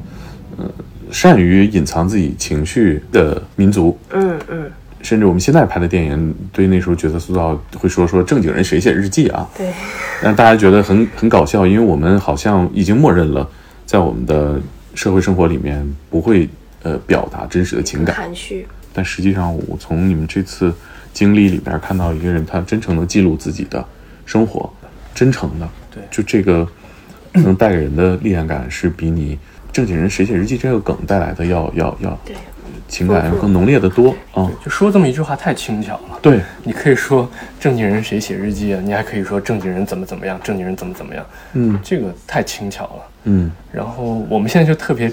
呃善于隐藏自己情绪的民族，嗯嗯，甚至我们现在拍的电影，对那时候角色塑造会说说正经人谁写日记啊，对，让大家觉得很很搞笑，因为我们好像已经默认了，在我们的社会生活里面不会呃表达真实的情感，含蓄，但实际上我从你们这次经历里边看到一个人，他真诚的记录自己的生活，真诚的，对就这个能带给人的力量感是比你正经人谁写日记这个梗带来的要要要对，情感要更浓烈的多啊、就说这么一句话太轻巧了，对，你可以说正经人谁写日记啊，你还可以说正经人怎么怎么样，正经人怎么怎么样，嗯这个太轻巧了。嗯然后我们现在就特别，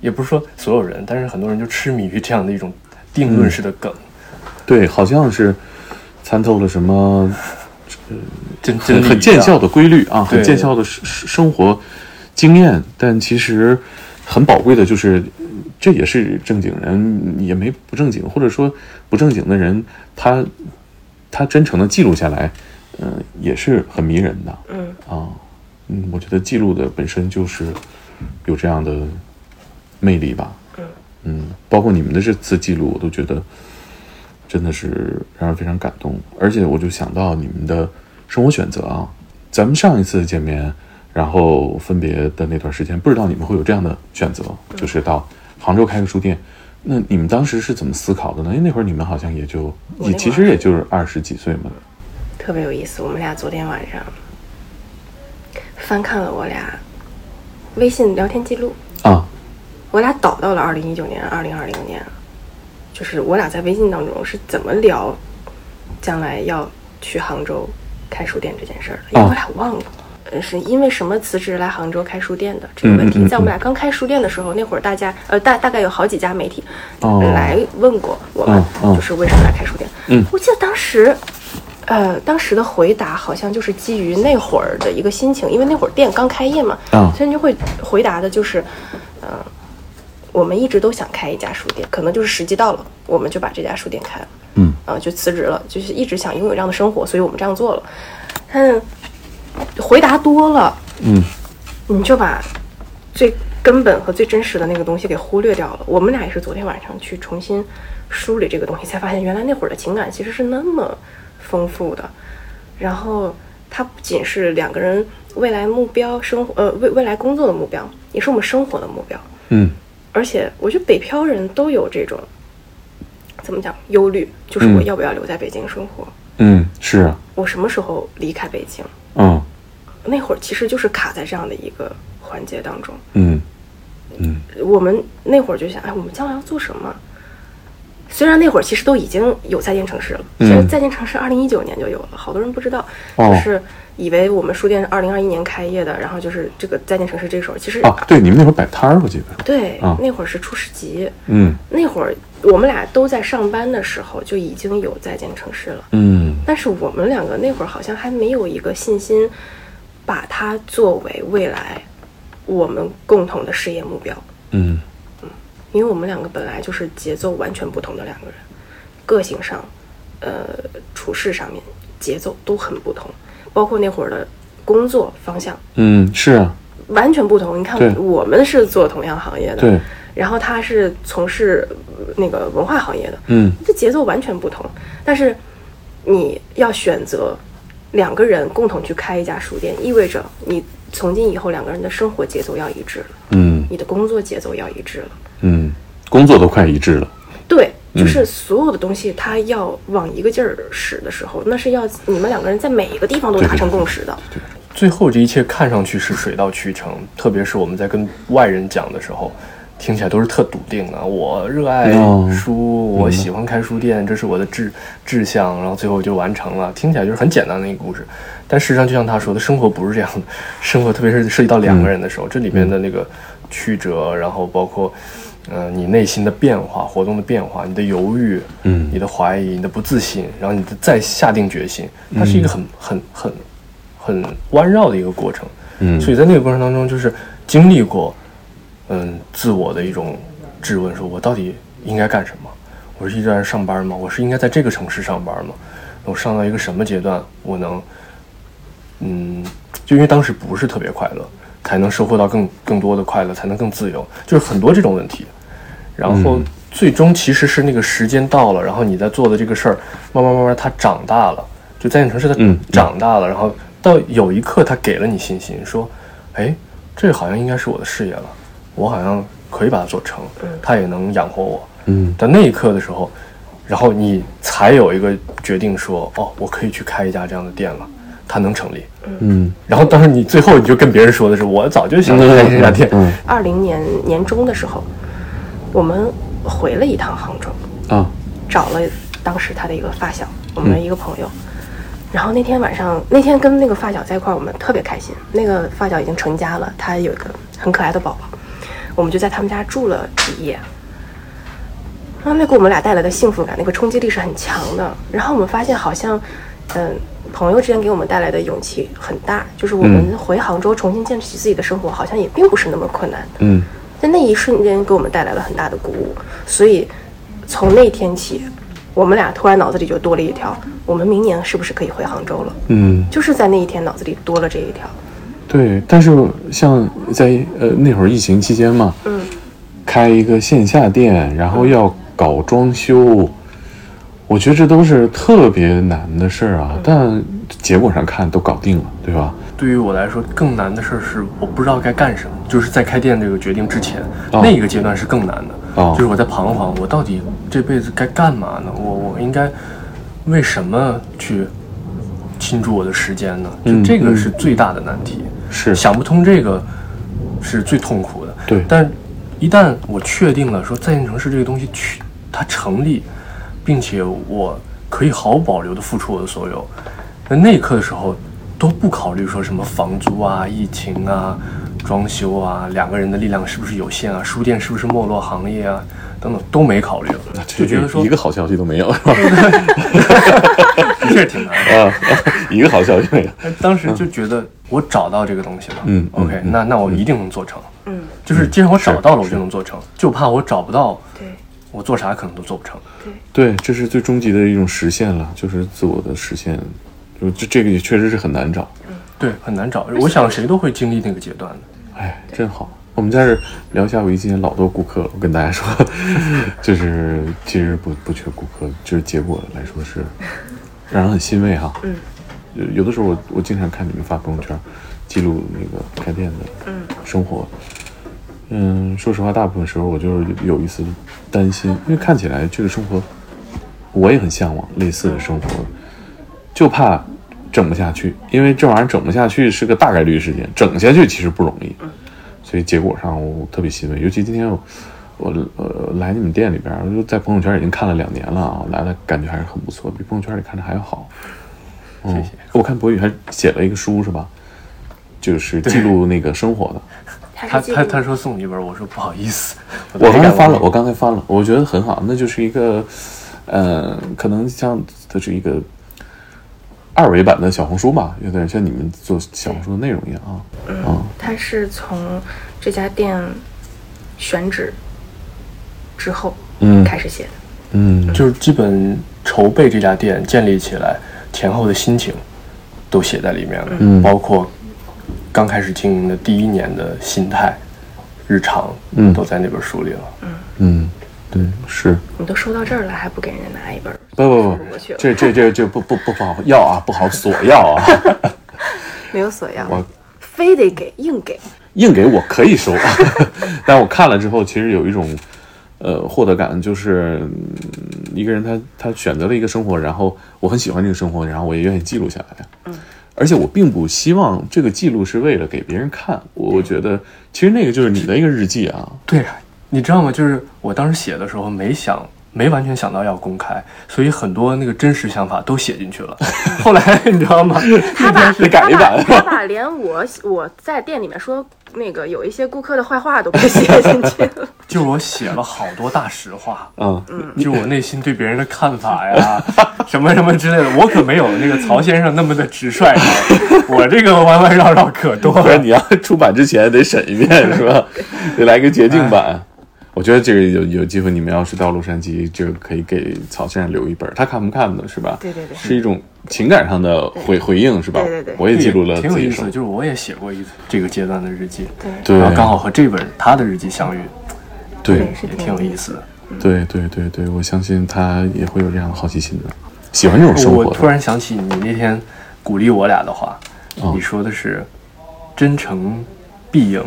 也不是说所有人，但是很多人就痴迷于这样的一种定嗯论式的梗，对，好像是参透了什么真真很理很一见样效的规律啊，对很见效的生生活经验，但其实很宝贵的就是，这也是正经人也没不正经，或者说不正经的人，他他真诚的记录下来，嗯、也是很迷人的嗯，啊，嗯，我觉得记录的本身就是有这样的魅力吧，嗯，包括你们的这次记录，我都觉得真的是让人非常感动。而且我就想到你们的生活选择啊，咱们上一次见面，然后分别的那段时间，不知道你们会有这样的选择，嗯就是到杭州开个书店。那你们当时是怎么思考的呢？因为那会儿你们好像也就我那会也儿其实也就是二十几岁嘛，特别有意思。我们俩昨天晚上翻看了我俩微信聊天记录。啊，我俩倒到了二零一九年、二零二零年，就是我俩在微信当中是怎么聊将来要去杭州开书店这件事儿的，因为哦我俩忘了。呃，是因为什么辞职来杭州开书店的这个问嗯嗯题，嗯在我们俩刚开书店的时候，那会儿大家呃大大概有好几家媒体哦来问过我们，嗯嗯就是为什么来开书店。嗯我记得当时，呃，当时的回答好像就是基于那会儿的一个心情，因为那会儿店刚开业嘛，嗯所以你就会回答的就是，呃，我们一直都想开一家书店，可能就是时机到了，我们就把这家书店开了，嗯，啊、就辞职了，就是一直想拥有这样的生活，所以我们这样做了。但回答多了，嗯，你就把最根本和最真实的那个东西给忽略掉了。我们俩也是昨天晚上去重新梳理这个东西，才发现原来那会儿的情感其实是那么丰富的。然后它不仅是两个人未来目标、生活呃未未来工作的目标，也是我们生活的目标。嗯而且我觉得北漂人都有这种怎么讲忧虑，就是我嗯要不要留在北京生活，嗯，是啊，我什么时候离开北京？嗯那会儿其实就是卡在这样的一个环节当中。嗯我们那会儿就想，哎，我们将来要做什么？虽然那会儿其实都已经有在建城市了，嗯其实在建城市二零一九年就有了，好多人不知道，哦就是以为我们书店是二零二一年开业的，然后就是这个在建城市这时候，其实、啊，对，你们那会儿摆摊儿，我记得，对、啊那会儿是出市集，嗯那会儿我们俩都在上班的时候就已经有在建城市了，嗯但是我们两个那会儿好像还没有一个信心，把它作为未来我们共同的事业目标。嗯因为我们两个本来就是节奏完全不同的两个人，个性上，呃，处事上面节奏都很不同。包括那会儿的工作方向嗯，是啊，完全不同。你看对，我们是做同样行业的，对，然后他是从事呃那个文化行业的，嗯，这节奏完全不同。但是你要选择两个人共同去开一家书店，意味着你从今以后两个人的生活节奏要一致了，嗯，你的工作节奏要一致了。嗯，工作都快一致了，对，就是所有的东西，它要往一个劲儿使的时候，那是要你们两个人在每一个地方都达成共识的。最后这一切看上去是水到渠成，特别是我们在跟外人讲的时候，听起来都是特笃定啊！我热爱哦书，我喜欢开书店，这是我的志志向，然后最后就完成了，听起来就是很简单的一个故事。但事实上，就像他说的，生活不是这样的，生活特别是涉及到两个人的时候，嗯这里面的那个曲折，然后包括。呃，你内心的变化、活动的变化、你的犹豫，嗯你的怀疑、你的不自信，然后你的再下定决心，嗯它是一个很、很很很弯绕的一个过程。嗯，所以在那个过程当中，就是经历过，嗯，自我的一种质问，说我到底应该干什么？我是一直在上班吗？我是应该在这个城市上班吗？我上到一个什么阶段，我能，嗯，就因为当时不是特别快乐，才能收获到更更多的快乐，才能更自由，就是很多这种问题。然嗯后最终其实是那个时间到了，然后你在做的这个事儿，慢慢慢慢它长大了，就在你城市它嗯嗯长大了，然后到有一刻它给了你信心，说，哎，这好像应该是我的事业了，我好像可以把它做成，它也能养活我。嗯，到那一刻的时候，然后你才有一个决定说，哦，我可以去开一家这样的店了，它能成立。嗯，然后当时你最后你就跟别人说的是，我早就想开这家店。嗯二零年年中的时候，我们回了一趟杭州，啊，找了当时他的一个发小，我们的一个朋友。然后那天晚上，那天跟那个发小在一块儿，我们特别开心。那个发小已经成家了，他有一个很可爱的宝宝，我们就在他们家住了几夜。然后那给我们俩带来的幸福感，那个冲击力是很强的。然后我们发现，好像，嗯、朋友之间给我们带来的勇气很大，就是我们回杭州重新建立起自己的生活，好像也并不是那么困难。嗯，在那一瞬间给我们带来了很大的鼓舞，所以从那天起，我们俩突然脑子里就多了一条：我们明年是不是可以回杭州了？嗯。就是在那一天脑子里多了这一条。对，但是像在呃那会儿疫情期间嘛，嗯，开一个线下店，然后要搞装修，我觉得这都是特别难的事儿啊。但结果上看都搞定了，对吧？对于我来说，更难的事儿是我不知道该干什么，就是在开店这个决定之前，哦那个阶段是更难的。哦就是我在彷徨，我到底这辈子该干嘛呢？我我应该为什么去倾注我的时间呢？就嗯这个是最大的难题。是，想不通这个是最痛苦的。对但一旦我确定了说在线城市这个东西去它成立，并且我可以毫无保留的付出我的所有，那那一刻的时候都不考虑说什么房租啊、疫情啊、装修啊，两个人的力量是不是有限啊，书店是不是没落行业啊等等都没考虑了，就觉得说啊一个好消息都没 有，是吧？的确挺难的。啊，一个好消息没有。哎当时就觉得我找到这个东西了，嗯嗯，OK，嗯那那我一定能做成，嗯，就是既然我找到了，是我是就能做成，就怕我找不到，对，我做啥可能都做不成。对，这是最终极的一种实现了，就是自我的实现。就这这个也确实是很难找。对，很难找。我想谁都会经历那个阶段的。哎，真好。我们在这儿聊一下围巾，老多顾客了。我跟大家说， 就是其实不不缺顾客，就是结果来说是让人很欣慰哈。嗯有，有的时候我我经常看你们发朋友圈，记录那个开店的嗯生活。嗯，说实话，大部分时候我就是有一丝担心，因为看起来这个生活我也很向往类似的生活，嗯就怕整不下去，因为这玩意儿整不下去是个大概率事件，整下去其实不容易，所以结果上我特别欣慰。尤其今天我我呃来你们店里边儿，我就在朋友圈已经看了两年了啊，来了感觉还是很不错，比朋友圈里看着还要好。嗯、谢谢我看博宇还写了一个书是吧？就是记录那个生活的。他他是他他他说送你一本，我说不好意思，我刚才没翻敢了，我刚才翻了，我觉得很好，那就是一个，呃，可能像它是一个二维版的小红书吧，有点像你们做小红书的内容一样啊。啊，他是从这家店选址之后嗯开始写的。嗯，就是基本筹备这家店建立起来前后的心情，都写在里面了，嗯包括刚开始经营的第一年的心态、日常，嗯都在那本书里了。嗯，对，是。你都收到这儿了，还不给人家拿一本儿？不不不我去，了这这这这不不不不好要啊，不好索要啊，没有索要我，非得给，硬给。硬给我可以收， 但我看了之后，其实有一种呃获得感，就是嗯一个人他他选择了一个生活，然后我很喜欢这个生活，然后我也愿意记录下来。嗯，而且我并不希望这个记录是为了给别人看，我我觉得其实那个就是你的一个日记啊，对啊，你知道吗？就是我当时写的时候没想。没完全想到要公开，所以很多那个真实想法都写进去了。 后来你知道吗？他把是改了一版他把他把连我我在店里面说那个有一些顾客的坏话都给写进去了。就是我写了好多大实话，嗯，就是我内心对别人的看法呀， 什么什么之类的，我可没有那个曹先生那么的直率啊，我这个弯弯绕绕可多 不然了。你要出版之前得审一 遍是吧？得来个捷径哎版。我觉得这个有有机会，你们要是到洛杉矶，这个可以给曹先生留一本，他看不看的是吧？对对对是一种情感上的回回应是吧？对对对我也记录了挺有自己意的思生的，活就是我也写过一这个阶段的日记，对对，然后刚好和这本他的日记相遇，对是也挺有意思的。对对对对，我相信他也会有这样的好奇心的，喜欢这种生活我的。突然想起你那天鼓励我俩的话，嗯你说的是真诚必赢，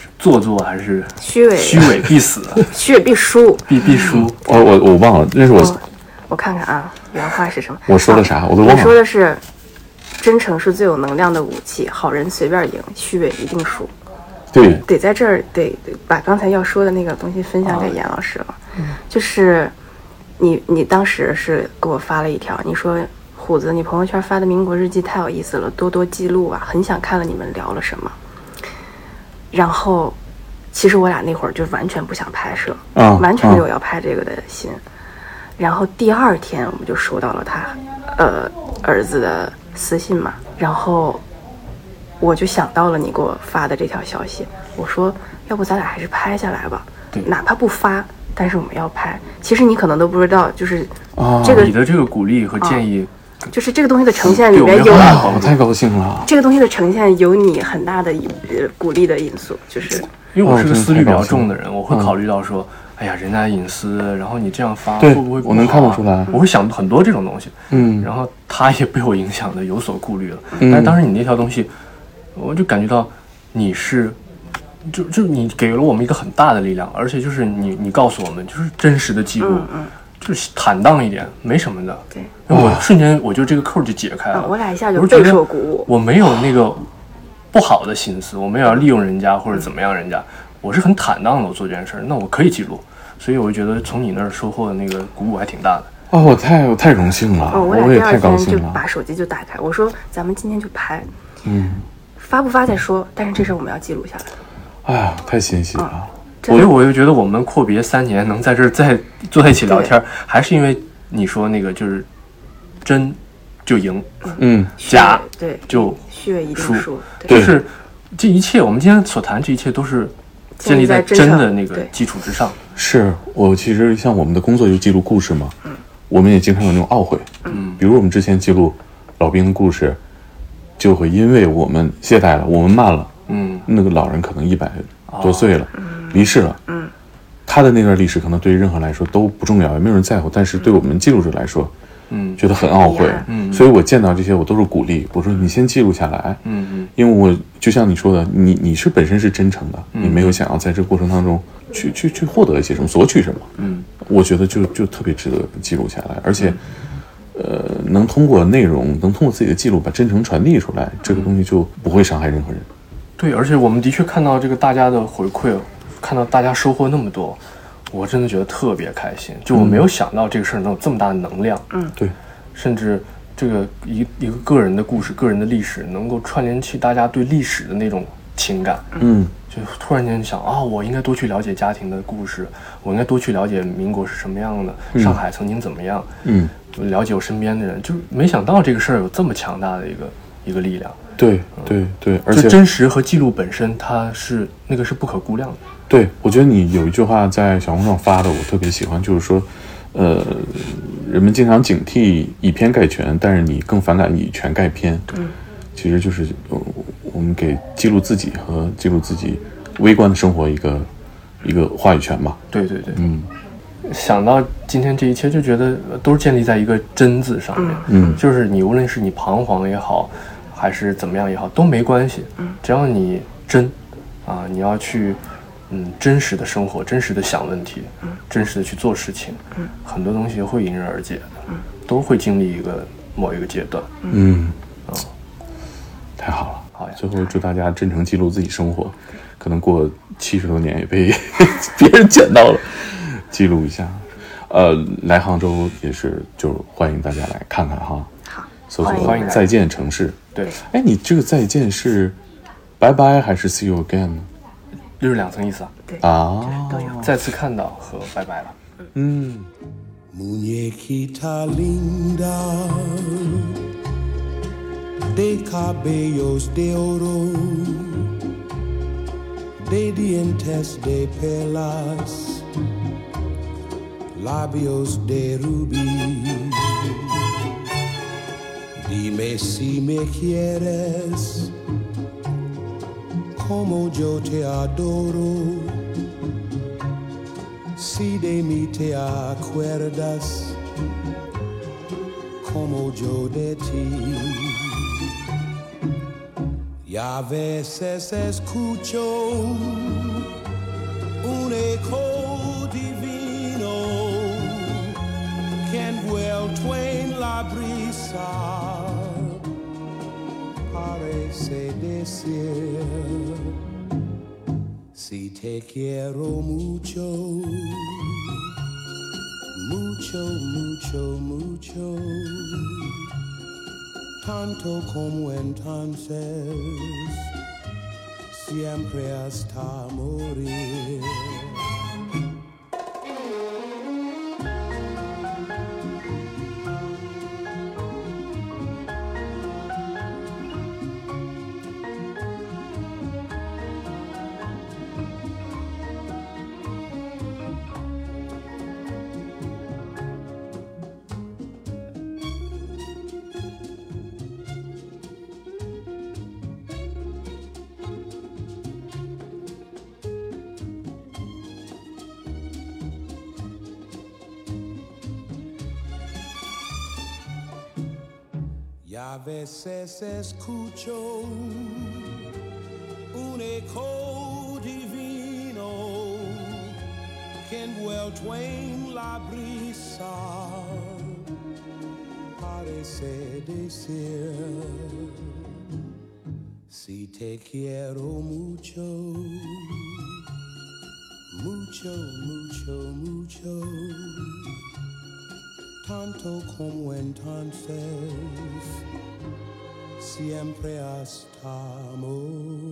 是做作还是虚伪虚伪必死，虚伪必输。必 必输。我哦我我忘了，那是我、哦我看看啊，原话是什么？我说的啥，我都我忘说了。的是，真诚是最有能量的武器，好人随便赢，虚伪一定输。对，得在这儿得得把刚才要说的那个东西分享给严老师了，哦就是你你当时是给我发了一条，你说虎子，你朋友圈发的民国日记太有意思了，多多记录啊，很想看了你们聊了什么。然后，其实我俩那会儿就完全不想拍摄，啊完全没有啊要拍这个的心。然后第二天我们就收到了他，呃，儿子的私信嘛，然后我就想到了你给我发的这条消息，我说要不咱俩还是拍下来吧，对哪怕不发，但是我们要拍。其实你可能都不知道，就是啊！这个啊你的这个鼓励和建议，就是这个东西的呈现里对我面没有有太好了，哦太高兴了。这个东西的呈现有你很大的一呃鼓励的因素，就是因为我哦是个真的思虑太比较高兴重了的人，我会嗯考虑到说，哎呀，人家隐私，然后你这样发对会不会不我能好看得啊出来我会想很多这种东西。嗯然后他也被我影响的有所顾虑了，嗯但是当时你那条东西，我就感觉到你是，就就你给了我们一个很大的力量，而且就是你你告诉我们就是真实的记录，就是坦荡一点，没什么的。嗯对，我瞬间我就这个扣就解开了，啊我俩一下就我觉得备受鼓舞我没有那个不好的心思，我没有要利用人家或者怎么样人家，我是很坦荡的，我做这件事儿，那我可以记录，所以我就觉得从你那儿收获的那个鼓舞还挺大的。啊，我太我太荣幸了，哦，我俩也第太二高天就兴了。把手机就打开，我说咱们今天就拍，嗯。发不发再说，但是这事儿我们要记录下来。哎呀，太欣喜哦了！所以我就觉得我们阔别三年能在这儿再坐在一起聊天儿，还是因为你说那个就是真就赢，嗯，假对就虚伪一定输输，对就是这一切，我们今天所谈这一切都是建立在建立在真真的上那个对基础之上。是我其实像我们的工作就记录故事嘛，我们也经常有那种懊悔，嗯，比如我们之前记录老兵的故事，就会因为我们懈怠了，我们慢了，嗯，那个老人可能一百多岁了，离世了，哦嗯，他的那段历史可能对于任何人来说都不重要，也没有人在乎，但是对我们记录者来说，嗯觉得很啊懊悔哎呀，嗯所以我见到这些我都是鼓励，我说你先记录下来，嗯嗯，因为我就像你说的，你你是本身是真诚的，你没有想要在这个过程当中去去去获得一些什么，索取什么，嗯，我觉得就就特别值得记录下来，而且，呃，能通过内容，能通过自己的记录把真诚传递出来，这个东西就不会伤害任何人。对，而且我们的确看到这个大家的回馈，哦看到大家收获那么多，我真的觉得特别开心。就我没有想到这个事儿能有这么大的能量，对，甚至这个一一个个人的故事、个人的历史，能够串联起大家对历史的那种情感。嗯，就突然间想啊、我应该多去了解家庭的故事，我应该多去了解民国是什么样的，上海曾经怎么样，嗯，了解我身边的人，就是没想到这个事儿有这么强大的一个一个力量。对对对，而就且真实和记录本身，它是那个是不可估量的。对，我觉得你有一句话在小红书上发的，我特别喜欢，就是说，呃，人们经常警惕以偏概全，但是你更反感以全概偏。其实就是呃我们给记录自己和记录自己微观的生活一个一个话语权吧。对对对，嗯，想到今天这一切，就觉得呃都是建立在一个“真”字上面。嗯就是你无论是你彷徨也好，还是怎么样也好，都没关系。嗯，只要你真，啊，你要去，嗯，真实的生活，真实的想问题，嗯，真实的去做事情，嗯，很多东西会迎刃而解的，嗯，都会经历一个某一个阶段。嗯，太好了。好呀最后祝大家真诚记录自己生活，可能过七十多年也被 别人捡到了，记录一下。呃，来杭州也是，就是欢迎大家来看看哈。好，搜欢索“迎再见城市对，”。哎，你这个“再见”是拜拜还是 “see you again” 呢？就是两层意思啊，啊，再次看到和拜拜了。嗯。 Muñequita linda, de cabellos de oro, de dientes de perlas, labios de rubí. Dime si me quieres, como yo te adoro si de mí te acuerdas como yo de ti. Y a veces escucho un eco divino que envuelto en la brisa parece decir si te quiero mucho, mucho, mucho, mucho, tanto como entonces, siempre hasta morir. Y a veces escucho un eco divino que envuelto en la brisa parece decir si te quiero mucho, mucho, mucho, mucho tanto como entonces, siempre hasta morir.